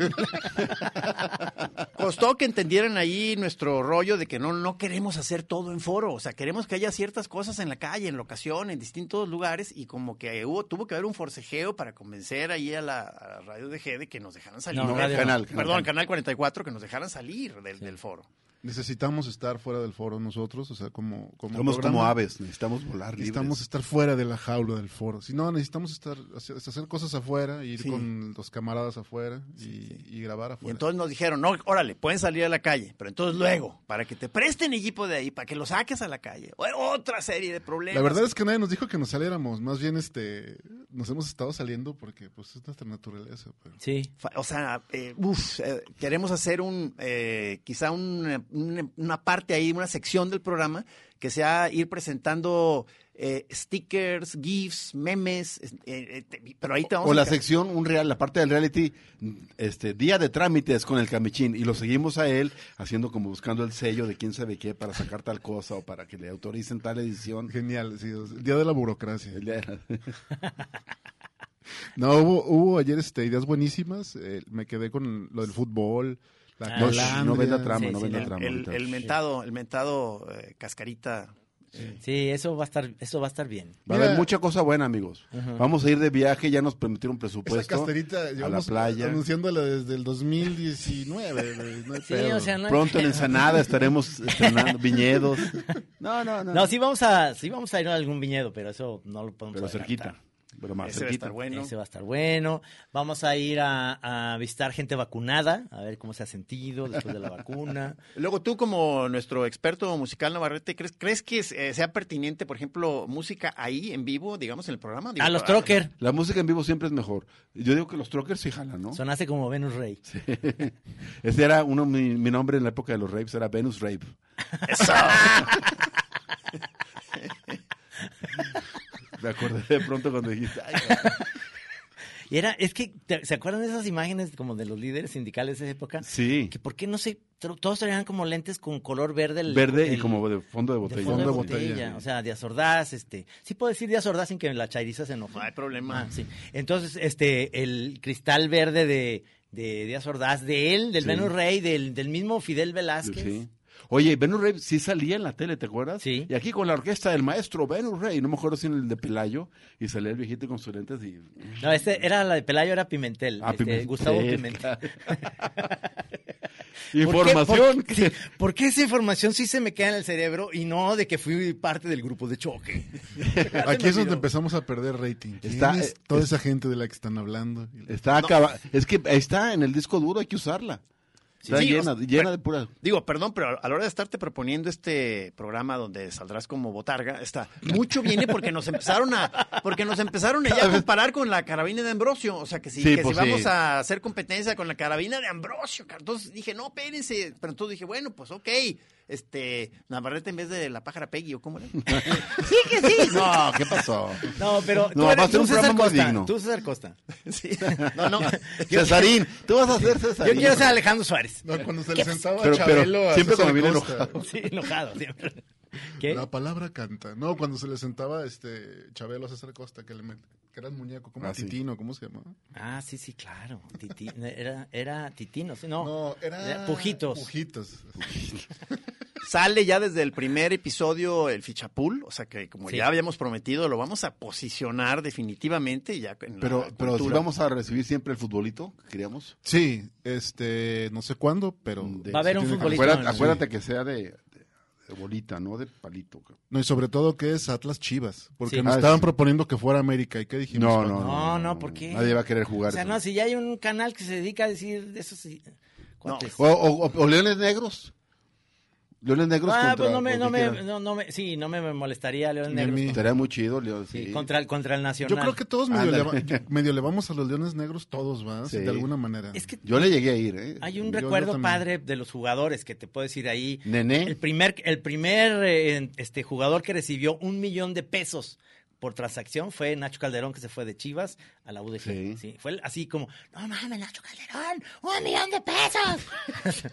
Costó que entendieran ahí nuestro rollo de que no, no queremos hacer todo en foro. O sea, queremos que haya ciertas cosas en la calle, en locación, en distintos lugares. Y como que hubo, tuvo que haber un forcejeo para convencer ahí a la, a la radio de G de que nos dejaran salir.
No, radio no.
Canal, canal,
Perdón,
canal.
Canal 44, que nos dejaran salir del, del foro.
Necesitamos estar fuera del foro nosotros, o sea, como... como
Somos como
programa.
aves, necesitamos volar libres.
Necesitamos estar fuera de la jaula del foro. Si no, necesitamos estar hacer, hacer cosas afuera, ir
Sí.
con los camaradas afuera y, y grabar
Y
afuera.
entonces nos dijeron, no, órale, pueden salir a la calle, pero entonces luego, para que te presten equipo de ahí, para que lo saques a la calle. O- Otra serie de problemas.
la verdad es que nadie nos dijo que nos saliéramos, más bien este nos hemos estado saliendo porque pues es nuestra naturaleza. pues. pero-
Sí.
Fa- O sea, eh, uf, eh, queremos hacer un, eh, quizá un- un- una parte ahí, una sección del programa que sea ir presentando eh, stickers, gifs, memes, es- eh, eh, te- pero ahí te vamos
O
a
la
encar-
sección, un real, la parte del reality, este, día de trámites con el camichín. Y lo seguimos a él, haciendo como buscando el sello de quién sabe qué para sacar tal cosa o para que le autoricen tal edición.
Genial, sí, o sea, el día de la burocracia.
El día de la-
No, hubo, hubo ayer este, ideas buenísimas. eh, me quedé con lo del fútbol, la
Ah,
No,
Calandria.
sh, no ves la trama,
Sí,
no
sí,
ves la
el-
trama.
el,
ahorita.
el mentado, el mentado eh, cascarita.
Sí, eso va a estar, eso va a estar bien.
Va a haber
Mira.
mucha cosa buena, amigos. Vamos a ir de viaje, ya nos permitieron
Esa
presupuesto.
casterita
a la
llevamos
playa.
anunciándola desde el 2019. güey, no hay
Sí,
pedo.
o sea, no-
Pronto en Ensenada estaremos estrenando viñedos. No, no, no.
No, sí vamos a, sí vamos a ir a algún viñedo, pero eso no lo podemos
Pero
adelantar.
cerquita. Pero más
Ese va a
cerquita.
estar bueno.
Ese va a estar bueno. Vamos a ir a, a visitar gente vacunada, a ver cómo se ha sentido después de la vacuna.
Luego tú como nuestro experto musical Navarrete, ¿crees, crees que eh, sea pertinente, por ejemplo, música ahí en vivo, digamos, en el programa? Digo,
A Ah, los troker.
La música en vivo siempre es mejor. Yo digo que los truckers sí jalan, ¿no?
Sonaste como Venus Rey.
Ese era uno, mi, mi nombre en la época de los rapes era Venus Rape.
Eso.
Me acordé de pronto cuando dijiste, ay, cabrón.
Y era, es que, ¿te- ¿se acuerdan de esas imágenes como de los líderes sindicales de esa época?
sí,
Que por qué no sé, todos traían como lentes con color verde. el-
verde y
el-
como de fondo de botella.
De fondo de
Fondo de
botella.
botella.
O sea, de Azordaz, este. Sí puedo decir de Azordaz sin que la chairiza se enoje.
No hay problema.
Ah, sí. Entonces, este, el cristal verde de, de Díaz Ordaz, de él, del
Sí.
Venus Rey, del, del mismo Fidel Velázquez.
Sí. Oye, Venus Rey sí salía en la tele, ¿te acuerdas?
Sí.
Y aquí con la orquesta del maestro Venus Rey, no me acuerdo si en el de Pelayo, y salía el viejito con sus lentes y...
No, este era la de Pelayo, era Pimentel.
Ah,
este,
Pimentel.
Gustavo Pimentel.
Información.
¿Por qué, sí, ¿por qué esa información sí se me queda en el cerebro y no de que fui parte del grupo de choque?
Aquí es donde
olvidó.
empezamos a perder rating. ¿Quién
Está-
es toda esa gente de la que están hablando?
Está acaba- Es que ahí está en el disco duro, hay que usarla. Está
Sí,
llena,
o sea,
llena de pura...
Digo, perdón, pero a la hora de estarte proponiendo este programa donde saldrás como botarga, está mucho viene porque nos empezaron a porque nos empezaron ya a comparar con la carabina de Ambrosio, o sea que si,
Sí,
que
pues,
si vamos
sí.
a hacer competencia con la carabina de Ambrosio, car- entonces dije, "No, espérense." Pero entonces dije, "Bueno, pues ok, este Navarrete en vez de la pájara Peggy o cómo era?" sí que sí.
No, ¿qué pasó?
No, pero tú
No, va a
eres-
ser
tú
un
César
programa muy
Costa.
digno.
Tú César Costa.
Sí. No, no.
Cesarín, tú vas a ser
Yo
Cesarín.
quiero ser Alejandro Suárez.
No, cuando se le sentaba
Pero-
a
pero
Chabelo a
siempre cuando
César
viene
Costa.
enojado.
Sí, enojado siempre. ¿Qué?
La palabra canta. No, cuando se le sentaba este Chabelo a César Costa, que, le met- que era el muñeco, como
Ah, sí.
Titino, ¿cómo se llamaba?
Ah, sí, sí, claro. Titi- era, era Titino, sí, no.
No, era...
Pujitos.
Pujitos.
Sale ya desde el primer episodio el fichapul, o sea que como
Sí.
ya habíamos prometido, lo vamos a posicionar definitivamente y ya en la
Pero, pero si
cultura.
vamos a recibir siempre el futbolito que queríamos.
Sí, este, no sé cuándo, pero...
Mm, De-
Va a haber un
sí tiene-
futbolista.
Acuérdate,
no, no.
acuérdate que sea de, de- de bolita, no de palito. cabrón.
No, y sobre todo que es Atlas Chivas, porque
Sí.
nos
Ah,
estaban
sí.
proponiendo que fuera América, ¿y qué dijimos?
No,
Ah,
no, no,
No, no, ¿por qué?
Nadie va a querer jugar.
O sea,
eso.
no, si ya hay un canal que se dedica a decir de esos sí, cuates.
O, o- o- o Leones Negros. Leones Negros
Ah,
contra.
pues no me,
con
no
quien
me,
quiera.
no, no me, sí, no me molestaría León
Ni
Negro.
a mí.
Estaría muy chido, León.
Sí,
Sí.
Contra, el, contra el Nacional.
Yo creo que todos medio, le,
Ándale.
va- medio le vamos a los Leones Negros, todos, ¿va?
Sí.
De alguna manera.
Es que
Yo le llegué a ir, ¿eh?
hay un
yo- yo
recuerdo
también. ¿Eh?
padre de los jugadores que te puedes ir ahí.
Nené.
El primer, el primer eh, este, jugador que recibió un millón de pesos por transacción fue Nacho Calderón, que se fue de Chivas a la UDG.
Sí.
Sí. fue el- así como, no mames, Nacho Calderón, un millón de pesos.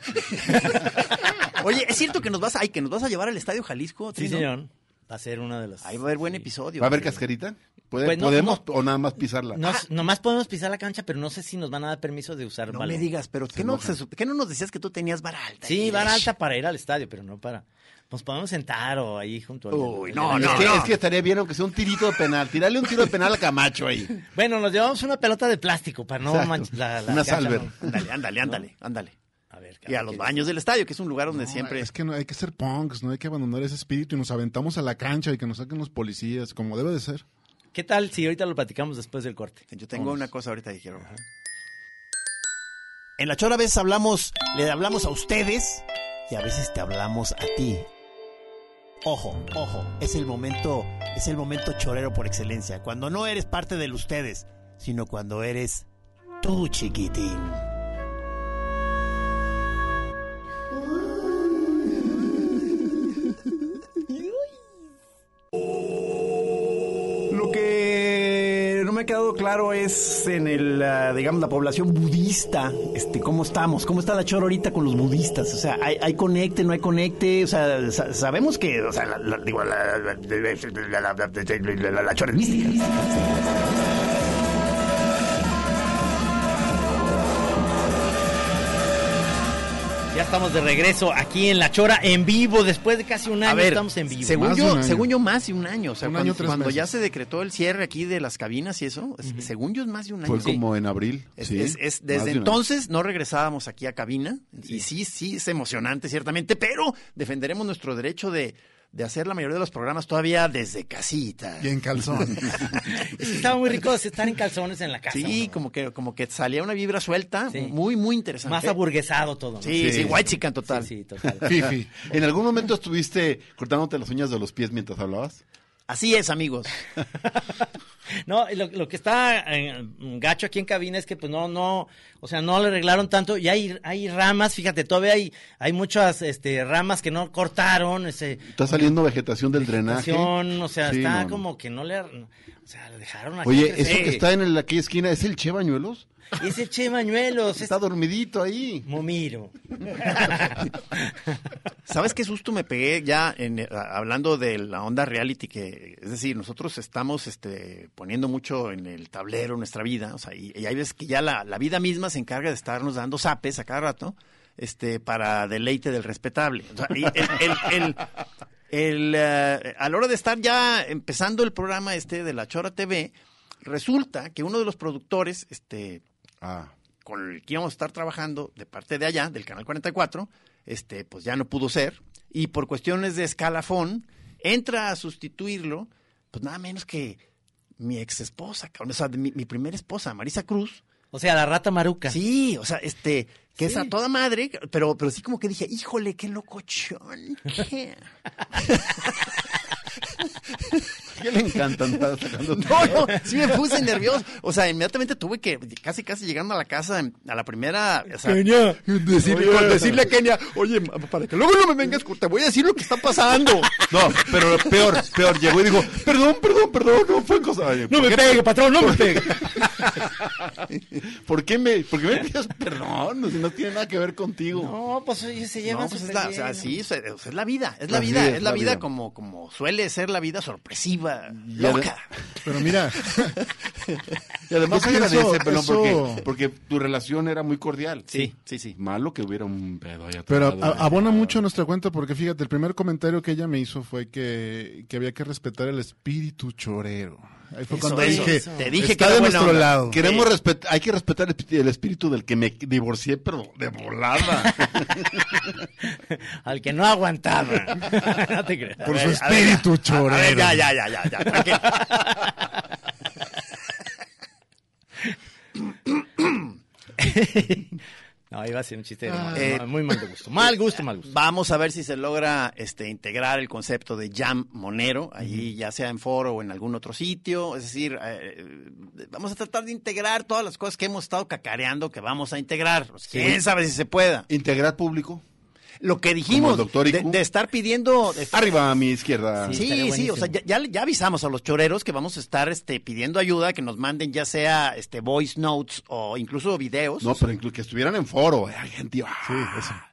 Oye, es cierto que nos vas a, ay, que nos vas a llevar al Estadio Jalisco.
sí,
Trino?
señor. Va a ser uno de los...
Ahí va a haber buen
sí.
episodio.
¿Va a haber cascarita? ¿Puede-
Pues no,
¿Podemos o nada más pisarla?
Nos- nomás podemos pisar la cancha, pero no sé si nos van a dar permiso de usar
Ah. No
balón.
me digas, pero ¿qué no, se sup- qué no nos decías que tú tenías vara alta?
Sí, van
Ilesh?
alta para ir al estadio, pero no para... Nos podemos sentar o ahí junto al...
Uy,
al-
no,
es,
no,
que,
no.
es que estaría bien aunque sea un tirito de penal. Tirarle un tiro de penal a Camacho ahí.
Bueno, nos llevamos una pelota de plástico para no
Exacto.
manchar la, la
Una
cancha,
Salver.
¿no?
Ándale, ándale, ándale, ándale.
A ver,
Y a los baños del estadio, que es un lugar donde
No,
siempre...
Es que no, hay que ser punks, no hay que abandonar ese espíritu y nos aventamos a la cancha y que nos saquen los policías, como debe de ser.
¿Qué tal si ahorita lo platicamos después del corte?
Yo tengo una cosa ahorita que quiero...
En la chora a veces hablamos, le hablamos a ustedes y a veces te hablamos a ti. Ojo, ojo, es el momento, es el momento chorero por excelencia, cuando no eres parte del ustedes, sino cuando eres tú, chiquitín.
Lo que no me ha quedado claro es en el, ah, digamos, la población budista, este, cómo estamos, cómo está la chora ahorita con los budistas, o sea, hay, hay conecte, no hay conecte, o sea, sa- sabemos que, o sea, la, la- digo, la, la- la- la- la- la- la- la- la- la chora es mística.
Ya estamos de regreso aquí en La Chora, en vivo, después de casi un año estamos en vivo.
Según
Más de un
yo,
año.
según yo, más de un año. O sea,
Un
cuando,
año, tres
cuando ya
meses.
se decretó el cierre aquí de las cabinas y eso, es- según yo es más de un año.
Fue
Sí.
como en abril.
Es-
sí,
es- es-
más de
desde
un año.
entonces no regresábamos aquí a cabina. Y sí, sí, es emocionante, ciertamente, pero defenderemos nuestro derecho de, de hacer la mayoría de los programas todavía desde casita.
Y en calzón.
Es que estaba muy rico estar en calzones en la casa.
Sí,
¿no?
como que, como que salía una vibra suelta,
Sí.
muy, muy interesante.
Más aburguesado todo. ¿no?
¿eh? Sí, sí,
Sí.
white chican total.
Sí, sí, total.
Fifi.
¿En algún momento estuviste cortándote las uñas de los pies mientras hablabas?
Así es, amigos.
No, y lo, lo que está eh, gacho aquí en cabina es que pues no, no, o sea, no le arreglaron tanto y hay, hay ramas, fíjate, todavía hay, hay muchas este, ramas que no cortaron, este,
Está saliendo vegetación del drenaje.
estación, o sea,
Sí,
está
no, no.
como que no le, ar- o sea, le dejaron aquí.
Oye,
crecer.
¿eso que está en el- aquella esquina es el Che Bañuelos?
Y ese Che Mañuelos, es
Está dormidito ahí.
Momiro.
¿Sabes qué susto me pegué ya en, eh, a- hablando de la onda reality? Que, es decir, nosotros estamos este, poniendo mucho en el tablero nuestra vida. O sea, y, y hay veces que ya la, la vida misma se encarga de estarnos dando zapes a cada rato este, para deleite del respetable. O sea, y el- el- el- el, eh, a la hora de estar ya empezando el programa este de La Chora TV, resulta que uno de los productores, este,
Ah,
con el que íbamos a estar trabajando de parte de allá, del Canal 44, este, pues ya no pudo ser. Y por cuestiones de escalafón, entra a sustituirlo, pues nada menos que mi ex esposa, o sea, de mi, mi primera esposa, Marisa Cruz.
O sea, la rata maruca.
Sí, o sea, este, que es a toda madre, pero, pero sí como que dije, híjole, qué locochón. ¿qué?".
¿qué le encantan? Está sacando-
No, no, sí me puse nervioso. O sea, inmediatamente tuve que, casi, casi llegando a la casa, a la primera, o sea, Decirle, decirle a Kenia, oye, ma- para que luego no me vengas, te voy a decir lo que está pasando.
No, pero lo peor, peor, llegó y dijo, perdón, perdón, perdón, no fue cosa. No me pegue, patrón, no me pegue. ¿Por qué me, por qué me pides perdón? Si no tiene nada que ver contigo.
No, pues oye, se llevan
No, pues es la, o sea, sí, es, es la vida, es la
Así
vida,
es,
es la
la
vida
vida.
como, como suele ser la vida sorpresiva,
ade-
loca.
Pero mira,
Y además
Yo
agradece,
pienso,
perdón,
eso-
porque, porque tu relación era muy cordial.
Sí, sí, sí.
Malo que hubiera un pedo allá
Ah,
pero
atrás,
a-
¿verdad?
abona mucho nuestra cuenta porque fíjate, el primer comentario que ella me hizo fue que, que había que respetar el espíritu chorero. Ahí
Eso,
fue cuando
eso.
dije,
Te dije
está
que era
de
buena
nuestro
onda.
lado.
Queremos respetar, hay que respetar el, el espíritu del que me divorcié, pero de volada.
Al que no aguantaba. no te creas.
Por
A ver, a
su
ver,
espíritu
a- a
chorero.
ver, ya, ya, ya, ya, ya, tranquilo.
No, iba a ser un chiste de
Eh,
muy mal de gusto. Mal gusto, mal gusto.
Vamos a ver si se logra este, integrar el concepto de jam monero, allí ya sea en foro o en algún otro sitio. Es decir, eh, vamos a tratar de integrar todas las cosas que hemos estado cacareando que vamos a integrar. Pues, ¿Quién sabe si se pueda?
Integrar público.
Lo que dijimos
el doctor
de,
Iku.
de estar pidiendo... de-
Arriba a mi izquierda.
Sí.
Sí,
estaría
sí, o sea, ya, ya- ya avisamos a los choreros que vamos a estar este, pidiendo ayuda, que nos manden ya sea este, voice notes o incluso videos.
No, pero incluso que estuvieran en foro. eh, Ay, gente, ah.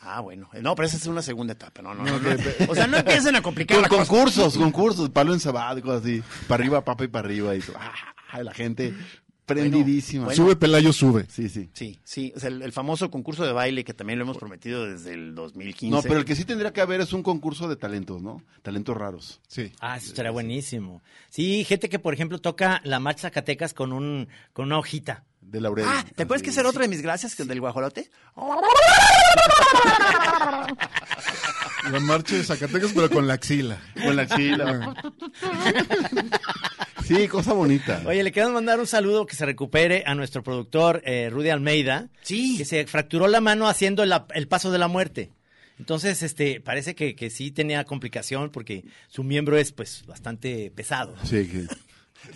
Ah, bueno. No, pero esa es una segunda etapa. No, no, no. no. O sea, no empiecen a complicar
Con-
la cosa.
concursos, concursos, palo ensabado, y cosas así. Para arriba, papa y para arriba. Y eso. Ah, la gente prendidísima.
bueno.
Sube, Pelayo, sube.
Sí, sí.
Sí, sí, o sea, el, el famoso concurso de baile que también lo hemos prometido desde el 2015.
No, pero el que sí tendría que haber es un concurso de talentos, ¿no? Talentos raros.
Sí.
Ah, eso será buenísimo. Sí, gente que, por ejemplo, toca la marcha Zacatecas con, un, con una hojita.
De Laurel.
Ah, ¿te acuerdas que esa era otra de mis gracias, que el del guajolote?
La marcha de Zacatecas, pero con la axila. Ah.
Con la chila. sí, cosa bonita.
Oye, le queremos mandar un saludo que se recupere a nuestro productor eh, Rudy Almeida.
Sí.
Que se fracturó la mano haciendo la- el paso de la muerte. Entonces, este, parece que, que sí tenía complicación porque su miembro es, pues, bastante pesado.
Sí, que-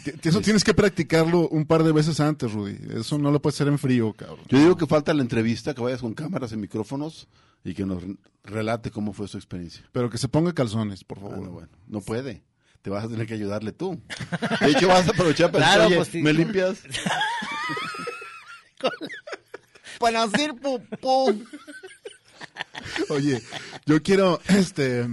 T- Eso tienes que practicarlo un par de veces antes, Rudy. Eso no lo puedes hacer en frío, cabrón.
Yo digo que falta la entrevista, que vayas con cámaras y micrófonos y que nos relate cómo fue su experiencia.
Pero que se ponga calzones, por
Ah,
favor.
no, bueno, no puede. Te vas a tener que ayudarle tú. De hecho, vas a aprovechar para
Claro,
decir, oye,
pues, sí.
¿me limpias?
Para hacer popó.
Oye, yo quiero, este,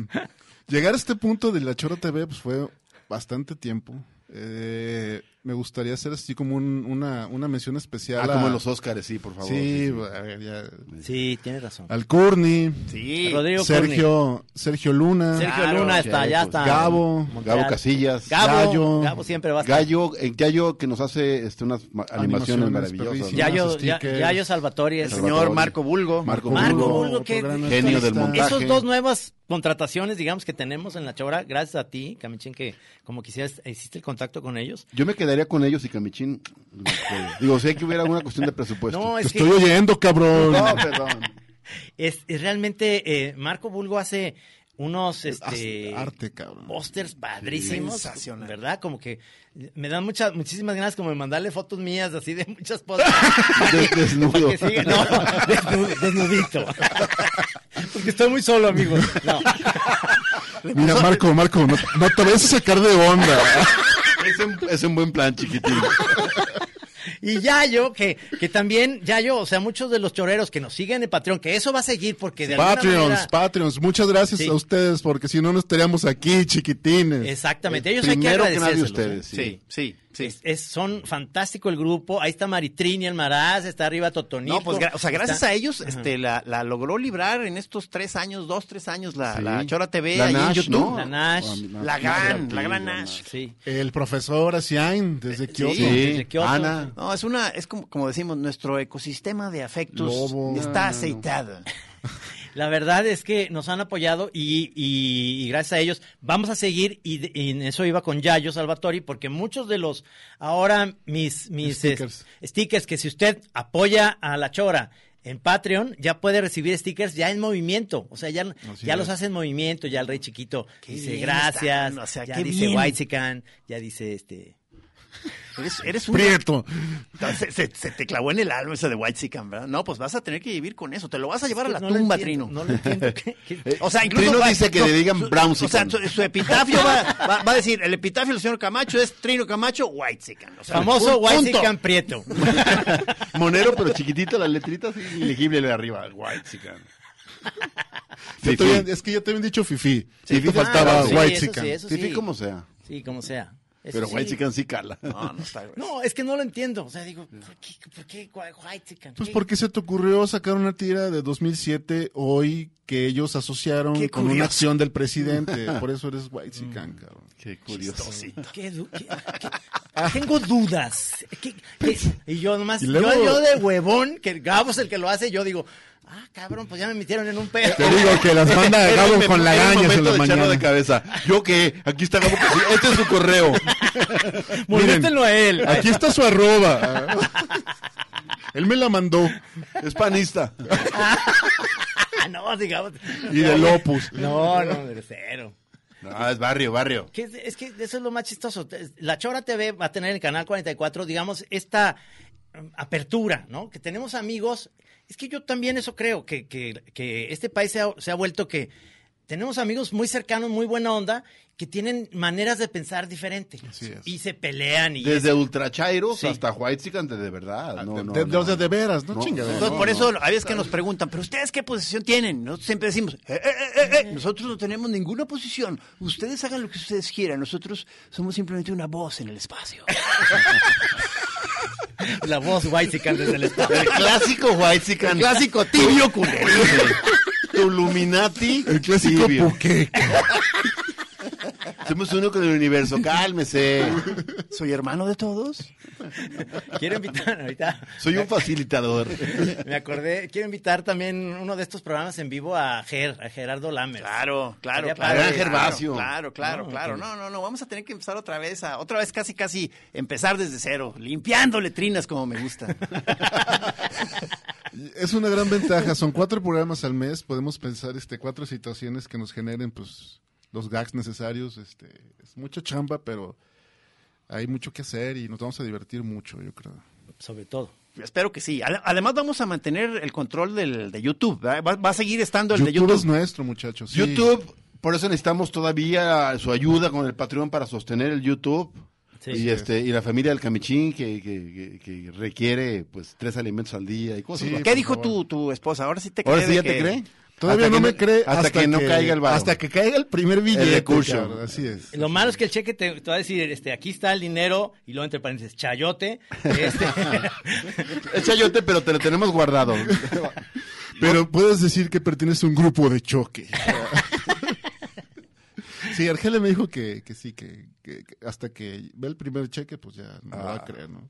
llegar a este punto de la Chora TV, pues fue bastante tiempo. Eh, me gustaría hacer así como un- una, una mención especial.
Ah,
a-
como en los Óscares, sí, por favor.
Sí, pues, a ver, ya.
Sí, tienes razón.
Al Courtney,
Sí.
Rodrigo Corny.
Sergio, Sergio Luna,
Sergio
Claro,
Luna está,
Checo,
ya está.
Gabo,
Montreal.
Gabo Casillas.
Gabo,
Gallo.
Gabo siempre va a estar.
Gallo, en Gallo que nos hace este, unas ma- animaciones
Animaciones
maravillosas.
perrísimas.
¿no?
Yayo,
unos
Ya-
stickers.
Yayo Salvatore.
El
es-
Salvatore.
señor Marco Bulgo.
Marco
Marco
Bulgo,
Bulgo, que-
gran
genio del
artista.
montaje.
Esos dos nuevas contrataciones, digamos, que tenemos en la Chora, gracias a ti, Camichín, que como quisieras, hiciste el contacto con ellos.
Yo me quedaría con ellos y Camichín. Digo, sé que hubiera alguna cuestión de presupuesto.
No,
Pues Te
es que
estoy oyendo, cabrón.
No, perdón.
es, es realmente eh, Marco Bulgo hace unos este,
Haz Ah, Arte, cabrón.
pósters padrísimos,
Sensacional.
¿verdad? Como que me dan muchas, muchísimas ganas como de mandarle fotos mías así de muchas cosas.
Des- desnudo.
Porque sigue- no, desnu- desnudito. Porque estoy muy solo, amigos. No.
Mira, Marco, Marco, no, no te vayas a sacar de onda.
Es un, es un buen plan, chiquitín.
Y Yayo, que, que también, Yayo, o sea, muchos de los choreros que nos siguen en Patreon, que eso va a seguir porque de alguna
Patreons,
manera-
Patreons, muchas gracias
Sí.
a ustedes, porque si no, no estaríamos aquí, chiquitines.
Exactamente, ellos hay que
Primero que nadie
agradecérselos.
ustedes. Sí.
Sí, sí, sí.
Es- es- son fantástico el grupo. Ahí está Maritrini Almaraz, está arriba Totonito.
No, pues, gra- o sea, gracias a ellos, este, la, la logró librar en estos tres años, dos, tres años, la,
Sí.
la Chora TV
La
ahí en
Nash,
YouTube.
¿no?
La Nash,
Ah,
la gran, la gran
Nash.
Nash.
Sí.
El profesor Asiain, desde Kioto.
Sí,
Desde Kioto.
Ana.
No, es una, es como, como decimos, nuestro ecosistema de afectos
Lobo.
está
No, no,
aceitado.
La verdad es que nos han apoyado y, y- y gracias a ellos vamos a seguir y, de- y en eso iba con Yayo Salvatori porque muchos de los ahora mis, mis
Stickers.
es- stickers que si usted apoya a la chora en Patreon ya puede recibir stickers ya en movimiento, o sea, ya, ya los hace en movimiento, ya el rey chiquito
Qué
dice
bien
gracias,
están, o sea,
ya
qué
dice
bien.
Whitezican, ya dice este
Eres, eres un...
Prieto.
Se, se- se te clavó en el alma ese de White Sican, ¿verdad? No pues vas a tener que vivir con eso. Te lo vas a llevar a la
No lo
tumba,
entiendo,
Trino.
No lo entiendo. ¿qué- qué-
Eh,
O sea, incluso
Trino
va-
dice que
no,
le digan
su-
Brown
O sea, su, su epitafio va, va- va a decir, el epitafio del señor Camacho es Trino Camacho White Sican. O sea,
Famoso
pun- punto.
Whitezican Prieto.
Monero, pero chiquitito, las letritas sí, ilegible de arriba. White chican.
Yo
Fifí.
te habían- es que ya te habían dicho Fifi.
Sí,
Y te
Fifi.
faltaba
Ah, sí,
White
eso
Chicken.
sí, eso
Fifí como sea.
Sí, como sea. Eso
Pero
sí.
White chican sí cala.
No, no está.
No, es que no lo entiendo. O sea, digo, ¿por qué, por qué White Chicken?
Pues,
¿Qué?
¿por qué se te ocurrió sacar una tira de 2007 hoy que ellos asociaron
Qué
con una
curioso.
acción del presidente? Por eso eres White
Mm.
Chicken, cabrón.
Qué curioso.
¿Qué du- qué- qué- Tengo dudas. ¿Qué- qué? Y yo nomás,
Ah. Pues, Y
yo,
luego-
yo de huevón, que Gabo es el que lo hace, yo digo, ah, cabrón, pues ya me metieron en un pedo.
Te digo que las manda
Era
Gabo
el
con
mem-
la
era el
gañas
momento
en la
de echarlo
mañana.
de cabeza. ¿Yo qué? Aquí está Gabo Casillas. Este es su correo.
Moléstenlo a él.
Aquí está su arroba. Él me la mandó.
Es panista.
Ah, no, digamos.
Y del Opus.
No, no, de cero.
No, Ah, es barrio, barrio.
Que es, es que eso es lo más chistoso. La Chora TV va a tener en el canal 44, digamos, esta mm, apertura, ¿no? Que tenemos amigos. Es que yo también eso creo, que, que- que este país se ha, se ha vuelto que tenemos amigos muy cercanos, muy buena onda, que tienen maneras de pensar diferentes.
Así es.
Y se pelean y...
Desde ultrachairos
Sí.
hasta White Chican de de verdad. No,
de,
no,
de-
no.
o sea, de veras, no,
No,
chingadera.
Entonces,
No,
por
no.
eso a veces que nos preguntan, ¿pero ustedes qué posición tienen? Nosotros siempre decimos, "Eh, eh, eh, eh, nosotros no tenemos ninguna posición. Ustedes hagan lo que ustedes quieran. Nosotros somos simplemente una voz en el espacio.
La voz Whitezican desde el espacio.
El clásico White Chican.
Clásico tibio culero.
Tu Luminati.
El clásico Puqué.
Somos uno con el universo. Cálmese.
Soy hermano de todos.
Quiero invitar ahorita...
Soy un facilitador.
Me acordé, quiero invitar también uno de estos programas en vivo a Ger, a Gerardo Lamer.
Claro, claro,
Estaría
claro.
padre.
claro,
Gervasio.
Claro, claro,
No,
claro.
que-
No, no, no. Vamos a tener que empezar otra vez, a, otra vez casi, casi empezar desde cero, limpiando letrinas como me gusta.
Es una gran ventaja. Son cuatro programas al mes. Podemos pensar este cuatro situaciones que nos generen pues los gags necesarios. Este es mucha chamba, pero hay mucho que hacer y nos vamos a divertir mucho, yo creo.
Sobre todo.
Espero que sí. Ad- Además vamos a mantener el control del de YouTube. ¿verdad? Va, va a seguir estando el
YouTube,
de YouTube.
es nuestro, muchachos. sí.
YouTube, por eso necesitamos todavía su ayuda con el Patreon para sostener el YouTube.
Sí.
y este y la familia del camichín que, que- que- que requiere pues tres alimentos al día y cosas.
Sí.
¿no?
¿Qué
por
dijo
favor.
tu, tu esposa? Ahora sí te cree.
Ahora sí
de
ya
que-
te cree.
Todavía
Hasta
no
que
me
no-
cree
hasta que no caiga el varo.
Hasta que caiga el primer billete.
recurso.
cabrón, así es.
Lo malo es que el cheque te, te va a decir, este, aquí está el dinero, y luego entre paréntesis, chayote, este,
Es chayote, pero te lo tenemos guardado.
Pero puedes decir que perteneces a un grupo de choque. sí, Argelia me dijo que, que sí, que, que- que hasta que ve el primer cheque, pues ya no va a creer, ¿no?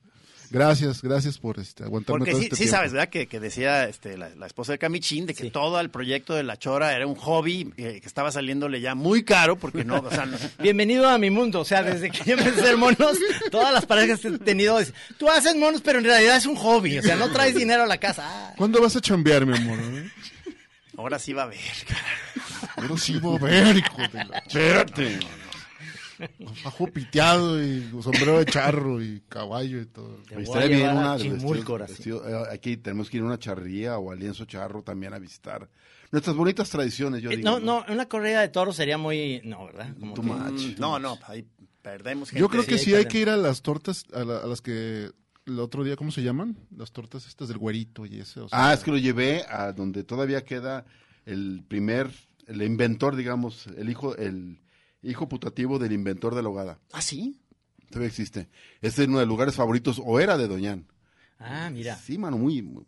Gracias, gracias por este, aguantarme
Porque
todo
sí,
este
sí
tiempo.
sabes, ¿verdad? Que, que decía este, la, la esposa de Camichín de que todo el proyecto de La Chora era un hobby eh, que estaba saliéndole ya muy caro porque no, o sea, no-
bienvenido a mi mundo. O sea, desde que yo empecé a hacer monos, todas las parejas que he tenido, es, tú haces monos, pero en realidad es un hobby. O sea, no traes dinero a la casa. Ah,
¿Cuándo vas a chambear, mi amor? ¿Eh?
ahora sí va a haber.
Ahora sí voy a ver, hijo de la-
Espérate.
Bajo piteado y sombrero de charro y caballo y todo.
te voy a
Pues Estaría
llevar
Este, bien
a
una de
Chimulco, ahora sí.
vestido- vestido- eh, aquí tenemos que ir a una charría o al lienzo charro también a visitar. Nuestras bonitas tradiciones, yo
Eh,
digo.
No, no, una corrida de toros sería muy, no, ¿verdad? Como
Too
que-
much.
No, no, ahí perdemos gente.
Yo creo que
sí,
sí hay
Karen.
que ir a las tortas, a, la- a las que el otro día, ¿cómo se llaman? Las tortas estas del güerito y ese. o sea,
Ah, es que lo llevé a donde todavía queda el primer, el inventor, digamos, el hijo, el hijo putativo del inventor de la hogada.
¿Ah, sí?
Todavía existe. Este es uno de los lugares favoritos, o era de Doñán.
Ah, mira.
Sí, mano, muy... muy-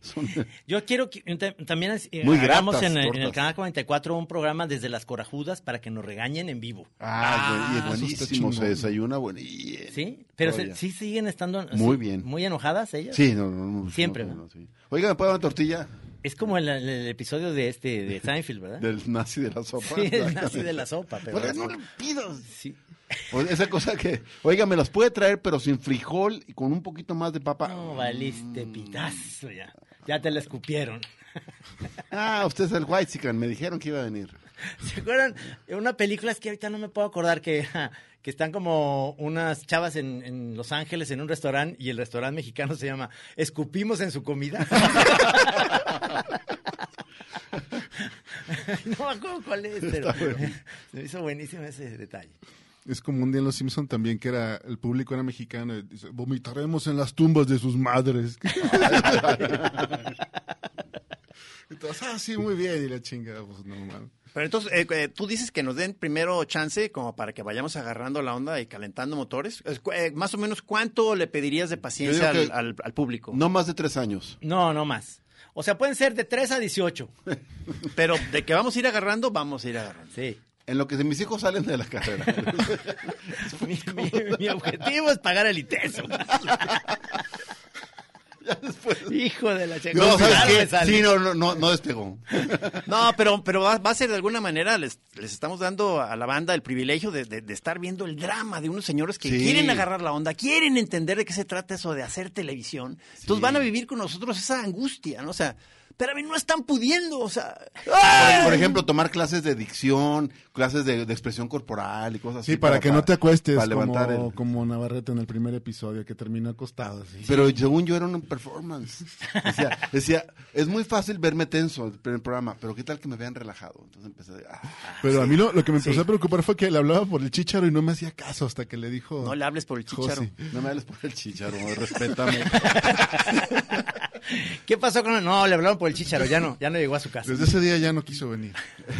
son-
Yo quiero que tam- también es- eh,
Muy
hagamos
gratas,
en, el- en el
tortas.
canal 44 un programa desde las corajudas para que nos regañen en vivo.
Ah, güey, y es
eso está
buenísimo, se
chingón.
desayuna, bueno, y-
¿Sí? Pero se-
Todavía.
sí siguen estando así,
Muy bien.
muy enojadas ellas.
Sí, no, no, no,
Siempre,
no,
¿no?
no, sí. Oiga, ¿me puedo dar una tortilla?
Es como el, el- el episodio de este de Seinfeld, ¿verdad?
Del nazi de la sopa.
sí, el nazi de la sopa, pero
Oiga, no le pido.
sí.
O esa cosa que, oiga, me las puede traer, pero sin frijol y con un poquito más de papa.
No valiste pitazo ya. Ya te la escupieron.
Ah, usted es el white me dijeron que iba a venir.
¿Se acuerdan? Una película es que ahorita no me puedo acordar que, ja, que están como unas chavas en, en Los Ángeles en un restaurante y el restaurante mexicano se llama Escupimos en su comida. no me acuerdo cuál es, pero se me hizo buenísimo ese detalle.
Es como un día en Los Simpson también que era el público era mexicano y dice, vomitaremos en las tumbas de sus madres. Entonces, ah, sí, muy bien, y la chingada, pues no, man.
Pero entonces, eh, eh, tú dices que nos den primero chance como para que vayamos agarrando la onda y calentando motores. Es cu- eh, más o menos, ¿cuánto le pedirías de paciencia
Yo digo
al,
que-
al- al público?
No más de tres años.
No, no más. O sea, pueden ser de 3 a 18.
Pero de que vamos a ir agarrando, vamos a ir agarrando.
Sí.
En lo que mis hijos salen de la carrera.
Mi, mi- mi objetivo es pagar el ITESO. Hijo de la chica.
No, ¿sabes
Claro me
qué?
sale.
Sí, no, no, no, no despegó.
No, pero, pero va, va a ser de alguna manera, les, les estamos dando a la banda el privilegio de, de- de estar viendo el drama de unos señores que
Sí.
quieren agarrar la onda, quieren entender de qué se trata eso de hacer televisión. Entonces van a vivir con nosotros esa angustia, ¿no? O sea, pero a mí no están pudiendo, o sea...
Por,
¡Ah!
¡ay!
por ejemplo, tomar clases de dicción, clases de, de expresión corporal y cosas así.
Sí, para, que no te acuestes
Para levantar
como,
el-
como Navarrete en el primer episodio que termina acostado. así.
Pero según yo era un performance. Decía, decía, es muy fácil verme tenso en el primer programa, pero ¿qué tal que me vean relajado? Entonces empecé a... ah.
Pero a mí lo, lo que me empezó a preocupar fue que le hablaba por el chicharo y no me hacía caso hasta que le dijo...
No le hables por el chicharo.
Josi.
No me hables por el chicharo, respétame.
pues, ¿Qué pasó con él? No, le hablaron por el chicharo, ya no, ya no llegó a su casa.
Desde ese día ya no quiso venir.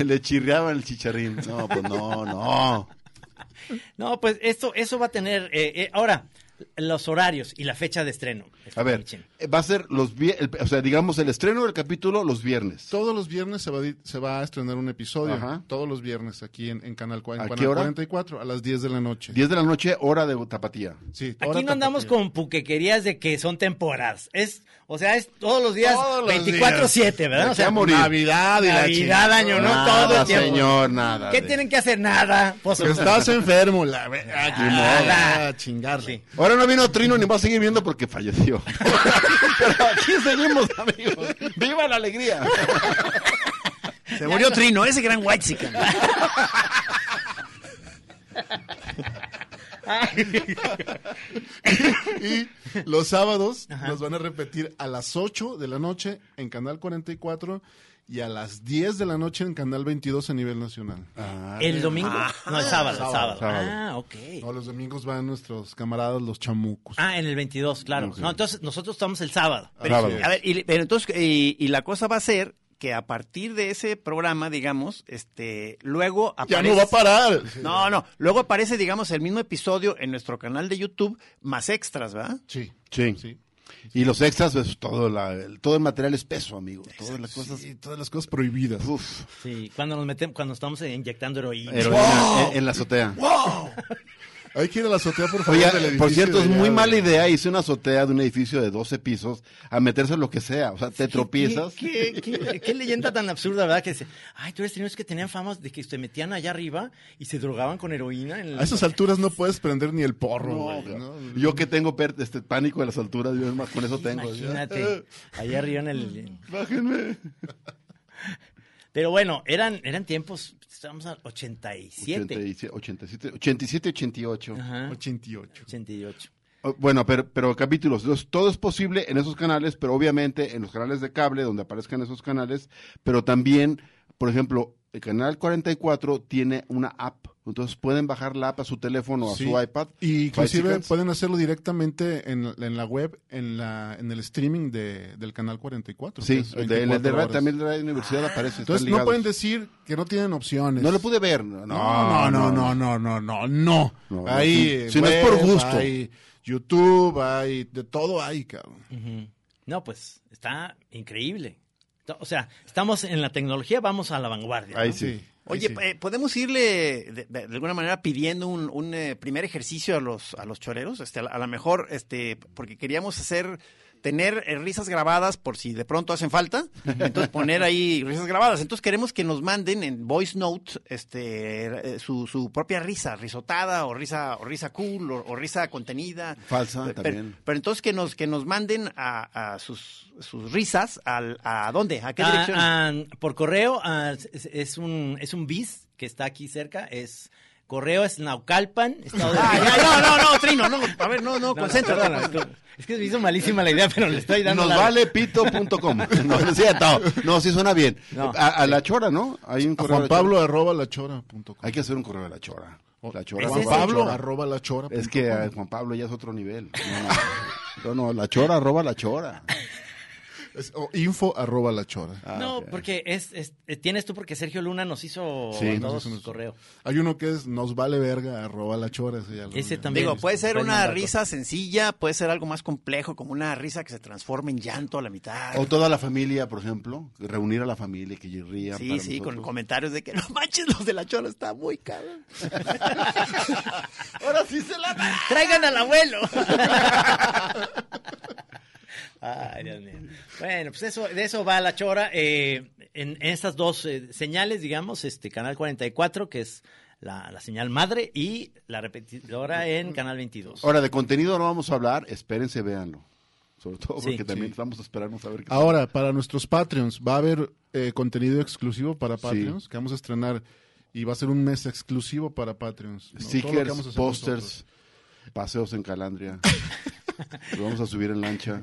Le chirriaban el chicharrín. No, pues no, no.
No, pues esto, eso va a tener. eh, eh, ahora, los horarios y la fecha de estreno.
A ver, eh, va a ser los vie- el- o sea, digamos el estreno del capítulo los viernes.
Todos los viernes se va a, di- se va a estrenar un episodio.
Ajá.
Todos los viernes aquí en, en Canal, cua- en
¿A qué
Canal
hora?
44 a las 10 de la noche.
10 de la noche, hora de tapatía.
Sí,
Aquí
ahora
no andamos
tapatía.
con puquequerías de que son temporadas. Es, o sea, es todos los días
Todos los
24-7, ¿verdad? O sea,
a morir.
Navidad y la
Navidad,
chingada.
año, ¿no?
Nada,
Todo el tiempo.
señor, nada.
¿Qué
de-
tienen que hacer? Nada. Pues,
Que Estás enfermo, la ve-
Ni modo.
Ah, chingarle.
Ahora no vino Trino ni va a seguir viendo porque falleció. Pero aquí seguimos, amigos. ¡Viva la alegría!
Se murió Trino, ese gran whitezican.
Y los sábados los van a repetir a las 8 de la noche en Canal 44 y a las 10 de la noche en Canal 22 a nivel nacional.
¿El domingo? No, el sábado, el sábado.
Ah. Sábado.
Ah, ok.
No, los domingos van nuestros camaradas los chamucos.
Ah, en el 22, claro. No, entonces nosotros estamos el sábado.
Así es.
A ver, y, pero entonces, y, y la cosa va a ser que a partir de ese programa, digamos, este, luego
Ya
aparece...
no va a parar.
No, no. Luego aparece, digamos, el mismo episodio en nuestro canal de YouTube, más extras, ¿verdad?
Sí.
Sí.
Sí.
Y los extras, pues, todo, la, el- todo el material espeso, amigo. Todas las cosas.
Sí, todas las cosas prohibidas.
Uf.
Sí, cuando nos metemos, cuando estamos inyectando heroína.
Heroína en, en la azotea.
Hay que ir a la azotea, por favor.
Oye,
del edificio
por cierto,
de
es
allá,
muy
de-
mala idea irse a una azotea de un edificio de 12 pisos a meterse lo que sea. O sea, te tropiezas.
¿Qué, qué- qué- qué leyenda tan absurda, ¿verdad? Que dice, ay, tú eres tenidos que tenían famas de que se metían allá arriba y se drogaban con heroína. En la-
A esas alturas no puedes prender ni el porro,
No,
güey, ¿no?
Yo que tengo per- este, pánico de las alturas, yo es más, con eso tengo. ya.
Imagínate, allá arriba en el...
Bájenme.
Pero bueno, eran, eran tiempos, estamos a 87.
87, 87, 87, 88.
Ajá,
88.
88.
O- Oh, Bueno, pero, pero capítulos, los- todo es posible en esos canales, pero obviamente en los canales de cable donde aparezcan esos canales, pero también, por ejemplo, el canal 44 tiene una app, entonces pueden bajar la app a su teléfono o a
Sí.
su iPad.
Y inclusive
Bicycles.
pueden hacerlo directamente en, en la web, en la en el streaming de, del canal 44.
Sí,
que es
de- de,
24
de-
horas. Ah,
también de la universidad aparece.
Entonces
están
no pueden
ligados.
decir que no tienen opciones.
No lo pude ver. No,
No, no, no, no, no, no, no.
No, no, sí.
Ahí,
Si no es por gusto.
Hay YouTube, hay de todo, hay, cabrón.
Ujú. No, pues está increíble. O sea, estamos en la tecnología, vamos a la vanguardia. ¿no?
Ahí sí.
ahí
Oye,
sí.
eh, ¿podemos irle de, de- de alguna manera pidiendo un, un, eh, primer ejercicio a los, a los choreros? Este, a la- a lo mejor, este, porque queríamos hacer, tener eh, risas grabadas por si de pronto hacen falta, entonces poner ahí risas grabadas. Entonces queremos que nos manden en voice note este, eh, su, su propia risa, risotada o risa, o risa cool o, o risa contenida.
Falsa
Eh,
Pero-
también.
Pero, entonces que nos, que nos manden a, a sus, sus risas, al, ¿a dónde? ¿A qué
Ah,
dirección?
ah, por correo ah, es, es un es un bis que está aquí cerca, es correo es Naucalpan, estado de
Ah, ya, no, no, no, Trino, no, a ver, no, no,
No, no,
concéntrate.
perdón, es que- es que me hizo malísima la idea, pero le estoy dando
Nos
la-
vale pito.com. No, no es cierto. No, sí suena bien.
No.
A, a la chora, ¿no? Hay un
A
correo de
Juan
la chora.
Pablo arroba lachora.com.
Hay que hacer un correo de la chora. La chora. arroba
Juan
la
Oh, Pablo
chora.
arroba lachora.
Es que eh, Juan Pablo ya es otro nivel. No, no. No, no, la chora, arroba la chora.
Es- o info arroba lachora.
Ah,
No,
ok.
porque es, es- eh, tienes tú porque Sergio Luna nos hizo
Sí,
a
nos
todos
hizo unos-
correo.
Hay uno que es nos vale verga arroba lachora. Ese, ya lo-
Ese
ya-
también.
Digo, puede ser
Pueden
una
mandar
risa sencilla, puede ser algo más complejo, como una risa que se transforma en llanto a la mitad.
O toda la familia, por ejemplo. Reunir a la familia y que rían.
Sí,
para
sí, con
nosotros.
comentarios de que no manches, los de la chola está muy cabrón.
Ahora sí se la da.
Traigan al abuelo. Ay, Dios mío. Bueno, pues eso, de eso va la chora. eh, en, en estas dos eh, señales, digamos, este Canal 44, que es la, la señal madre, y la repetidora en Canal 22.
Ahora, de contenido no vamos a hablar. Espérense, véanlo. Sobre todo
Sí.
porque también
Sí. Ah,
estamos esperando a ver qué
Ahora, para nuestros Patreons, va a haber eh, contenido exclusivo para
Sí.
Patreons que vamos a estrenar y va a ser un mes exclusivo para Patreons. ¿no? Todo lo que vamos
stickers,
a hacer nosotros.
pósters, paseos en Calandria. Lo vamos a subir en lancha.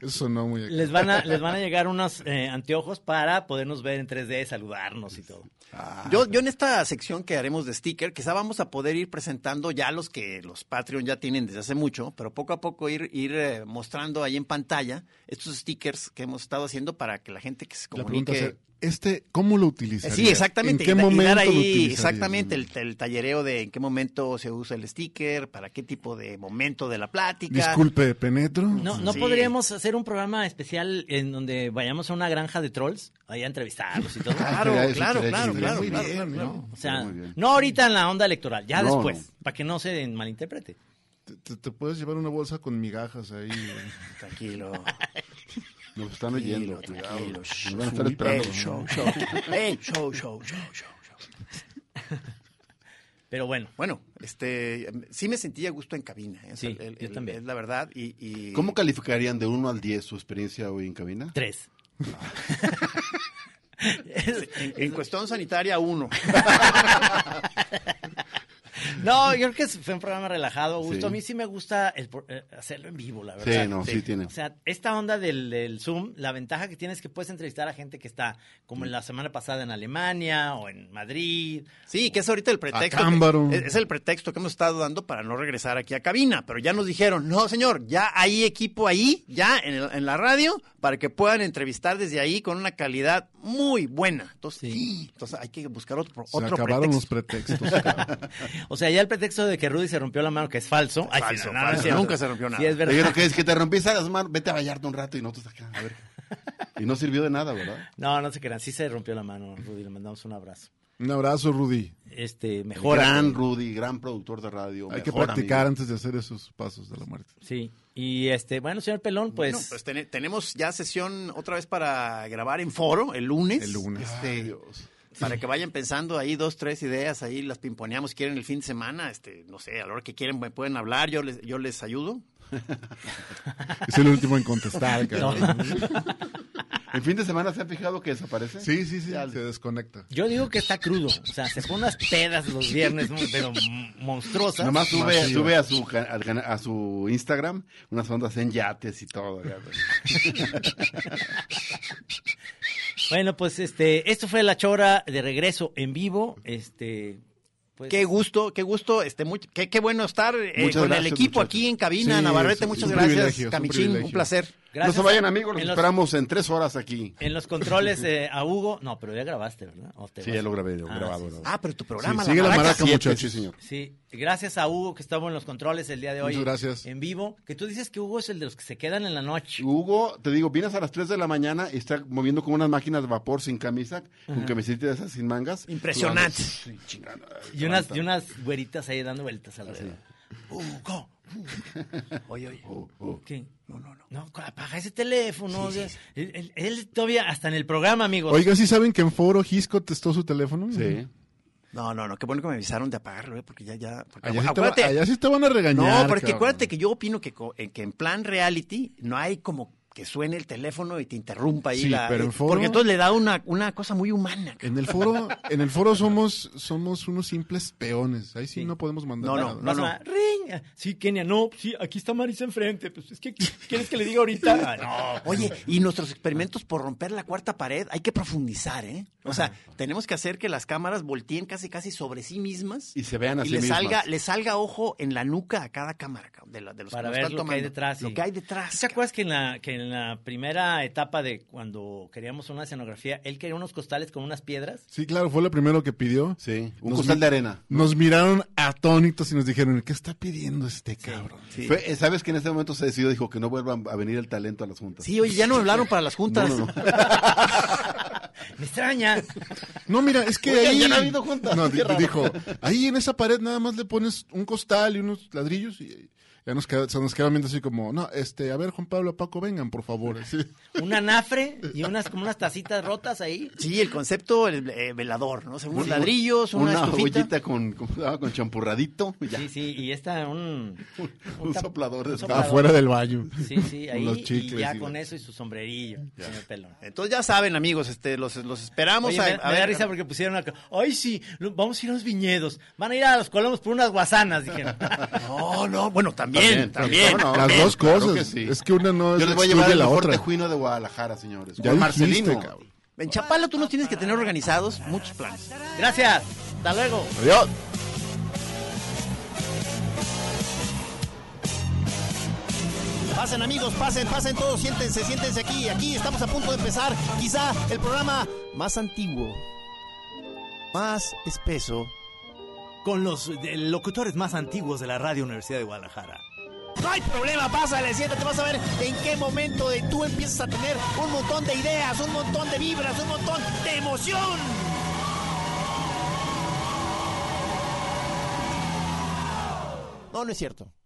Eso sonó muy
Les van a, les van a llegar unos eh, anteojos para podernos ver en 3D, saludarnos y todo.
Ah,
Yo, yo en esta sección que haremos de sticker, quizá vamos a poder ir presentando ya los que los Patreon ya tienen desde hace mucho, pero poco a poco ir, ir eh, mostrando ahí en pantalla estos stickers que hemos estado haciendo para que la gente que se
La pregunta
comunique.
es, ¿este cómo lo utilizarías?
Sí, exactamente.
¿En qué
y, da- y
momento
dar
lo
ahí
utilizarías?
exactamente el, el tallereo de en qué momento se usa el sticker, para qué tipo de momento de la plática.
Disculpe, ¿penetro?
No, no
Sí.
podríamos hacer un programa especial en donde vayamos a una granja de trolls, ahí a entrevistarlos y todo.
Claro,
Estaría- eso
claro,
estaría
claro,
chido.
claro,
Muy
claro,
bien,
claro.
¿no?
O sea,
Muy bien.
no ahorita en la onda electoral, ya
No,
después,
no.
para que no se malinterprete.
Te, te- te puedes llevar una bolsa con migajas ahí. güey.
Tranquilo.
Nos están oyendo. cuidado.
tranquilo.
Nos van a estar esperando.
Ey, show, show. Ey, show, show, show, show, show.
Pero bueno,
Bueno, este, sí me sentía gusto en cabina. ¿eh? O sea,
Sí, yo también.
Es la verdad. Y, y-
¿Cómo calificarían de 1 al 10 su experiencia hoy en cabina?
tres.
En cuestión sanitaria, uno.
No, yo creo que fue un programa relajado, a gusto.
Sí.
A mí sí me gusta el pro- eh, hacerlo en vivo, la verdad.
Sí, no, sí, tiene.
O sea, esta onda del, del Zoom, la ventaja que tienes es que puedes entrevistar a gente que está, como en la semana pasada en Alemania o en Madrid.
Sí, que es ahorita el pretexto. que-
Acámbaro.
es, es el pretexto que hemos estado dando para no regresar aquí a cabina. Pero ya nos dijeron, no, señor, ya hay equipo ahí, ya en, el- en la radio, para que puedan entrevistar desde ahí con una calidad muy buena. Entonces, ¡ih! entonces hay que buscar otro,
Se
otro
acabaron
pretexto.
los pretextos. cabrón.
O sea, ya el pretexto de que Rudy se rompió la mano, que es falso. Ay, sí,
falso,
no, no, no es
falso,
cierto.
nunca se rompió nada.
Sí, es
Le dijeron
verdad.
que es que te rompiste las manos, vete a Vallarta un rato y nosotros acá, a ver. Y no sirvió de nada, ¿verdad?
No, no se crean, sí se rompió la mano, Rudy, le mandamos un abrazo.
Un abrazo, Rudy.
Este, mejor.
Gran Rudy, gran productor de radio.
Hay que
mejor
practicar
amigo.
antes de hacer esos pasos de la muerte.
Sí. Y este, bueno, señor Pelón, pues.
Bueno, pues tene- tenemos ya sesión otra vez para grabar en foro el lunes.
El lunes.
Este,
Dios.
Para que vayan pensando ahí dos, tres ideas, ahí las pimponeamos si quieren el fin de semana, este, no sé, a la hora que quieren me pueden hablar, yo les, yo les ayudo.
Es el último en contestar, cabrón.
¿El fin de semana se ha fijado que desaparece?
Sí, sí, sí. Se desconecta.
Yo digo que está crudo. O sea, se pone unas pedas los viernes, ¿no? pero m- monstruosas.
Nomás sube,
Masiva.
sube a, su, ca- al cana- a su Instagram unas ondas en yates y todo. ya, güey.
Bueno, pues este, esto fue La Chora de regreso en vivo. Este, pues,
Qué gusto, qué gusto, este, muy- qué, qué bueno estar eh,
Muchas
con el
gracias,
equipo
muchachos.
aquí en cabina,
Sí, es
Navarrete,
un-
muchas
un
gracias,
privilegio, es un
Camichín, un
privilegio.
placer.
No
gracias
se
a-
vayan, amigos, los
en los-
esperamos en tres horas aquí.
En los controles eh, a Hugo. No, pero ya grabaste, ¿verdad? ¿O te
Sí,
vas?
ya lo grabé, lo
Ah,
grabado.
sí,
lo grabé.
Ah, pero tu programa,
sigue
la
la
maraca.
maraca.
Siete,
muchachos.
sí, señor.
Sí, gracias a Hugo que estuvo en los controles el día de hoy.
Muchas gracias.
En vivo. Que tú dices que Hugo es el de los que se quedan en la noche.
Hugo, te digo, vienes a las 3 de la mañana y está moviendo como unas máquinas de vapor sin camisa, con camiseta de esas sin mangas.
Impresionante.
Sudando. Sí, chingada,
Y unas,
levanta.
y unas güeritas ahí dando vueltas alrededor. Hugo.
Oye, oye.
Oh, oh.
¿Qué? No, no, no. No, apaga ese teléfono. o sea, Él, él- él todavía, hasta en el programa, amigos.
Oigan, ¿sí saben que en foro Gisco testó su teléfono?
Sí.
No, no, no, qué bueno que me avisaron de apagarlo, eh, porque ya, ya. porque
Allá sí, te, va-
acuérdate,
allá sí te van a
no,
regañar.
pero es que
cabrón.
acuérdate que yo opino que, co- en- que en plan reality no hay como que suene el teléfono y te interrumpa ahí
Sí,
la. eh,
pero en foro-
Porque entonces le da una, una cosa muy humana.
En el foro, en el foro somos, somos unos simples peones. Ahí sí,
Sí.
no podemos mandar
No, no,
nada.
no,
Vas a- Ring. Sí, Kenia, no, sí, aquí está Marisa enfrente. Pues es que, ¿quieres que le diga ahorita? Ah, no.
Oye, y nuestros experimentos por romper la cuarta pared hay que profundizar, ¿eh? O sea, tenemos que hacer que las cámaras volteen casi casi sobre sí mismas
Y se vean
y
así
le
mismas.
salga, le salga ojo en la nuca a cada cámara cabrón, de, la- de los
Para
que nos
ver
están
lo que hay
tomando.
detrás,
Lo
Ah, sí.
que hay detrás.
¿Se acuerdas que en, la, que en la primera etapa de cuando queríamos una escenografía, él quería unos costales con unas piedras?
Sí, claro, fue lo primero que pidió.
Sí, un
Nos
costal
mi-
de arena.
Nos miraron atónitos y nos dijeron, ¿qué está pidiendo este cabrón?
Sí.
Fue- eh, ¿Sabes que en ese momento se decidió, dijo que no vuelvan a venir el talento a las juntas?
Sí, oye, ya no me hablaron para las juntas.
No, no, no.
Me extraña.
No, mira, es que
Oigan,
ahí...
ya no ha habido juntas.
No,
Qué
di-
raro.
dijo, ahí en esa pared nada más le pones un costal y unos ladrillos y ya nos queda, se nos queda viendo así como, no, este, a ver, Juan Pablo, Paco, vengan, por favor. así.
Un anafre y unas como unas tacitas rotas ahí.
Sí, el concepto, el eh, velador, ¿no? O sea, unos ladrillos, una, estufita.
ollita con, con, ah, con champurradito. ya.
Sí, sí, y está un...
Un
tap-
soplador Ah, de
un
esas.
soplador.
Afuera del baño.
Sí, sí, ahí.
Unos
y
chicles
ya
y-
con eso y su sombrerillo, señor Pelón.
Entonces ya saben, amigos, este, los, los esperamos.
Oye,
a,
me,
a
me da
ver-
risa porque pusieron acá. Ay, sí, lo- vamos a ir a los viñedos. Van a ir a los colomos por unas guasanas, dijeron.
No, no, bueno, también, también.
También, también. No, no,
Las
bien,
dos
claro
cosas.
que sí.
Es que una no
Yo
es
les voy a llevar el
la
mejor
otra.
tejuino de Guadalajara, señores.
Ya
Con
dijiste,
Marcelino.
cabrón.
En Chapala tú nos tienes que tener organizados muchos planes.
Gracias. Hasta luego.
Adiós.
Pasen amigos, pasen, pasen todos, siéntense, siéntense aquí, aquí estamos a punto de empezar quizá el programa más antiguo, más espeso.
Con los eh, locutores más antiguos de la Radio Universidad de Guadalajara.
No hay problema, pásale, siéntate, vas a ver en qué momento de tú empiezas a tener un montón de ideas, un montón de vibras, un montón de emoción. No, no es cierto.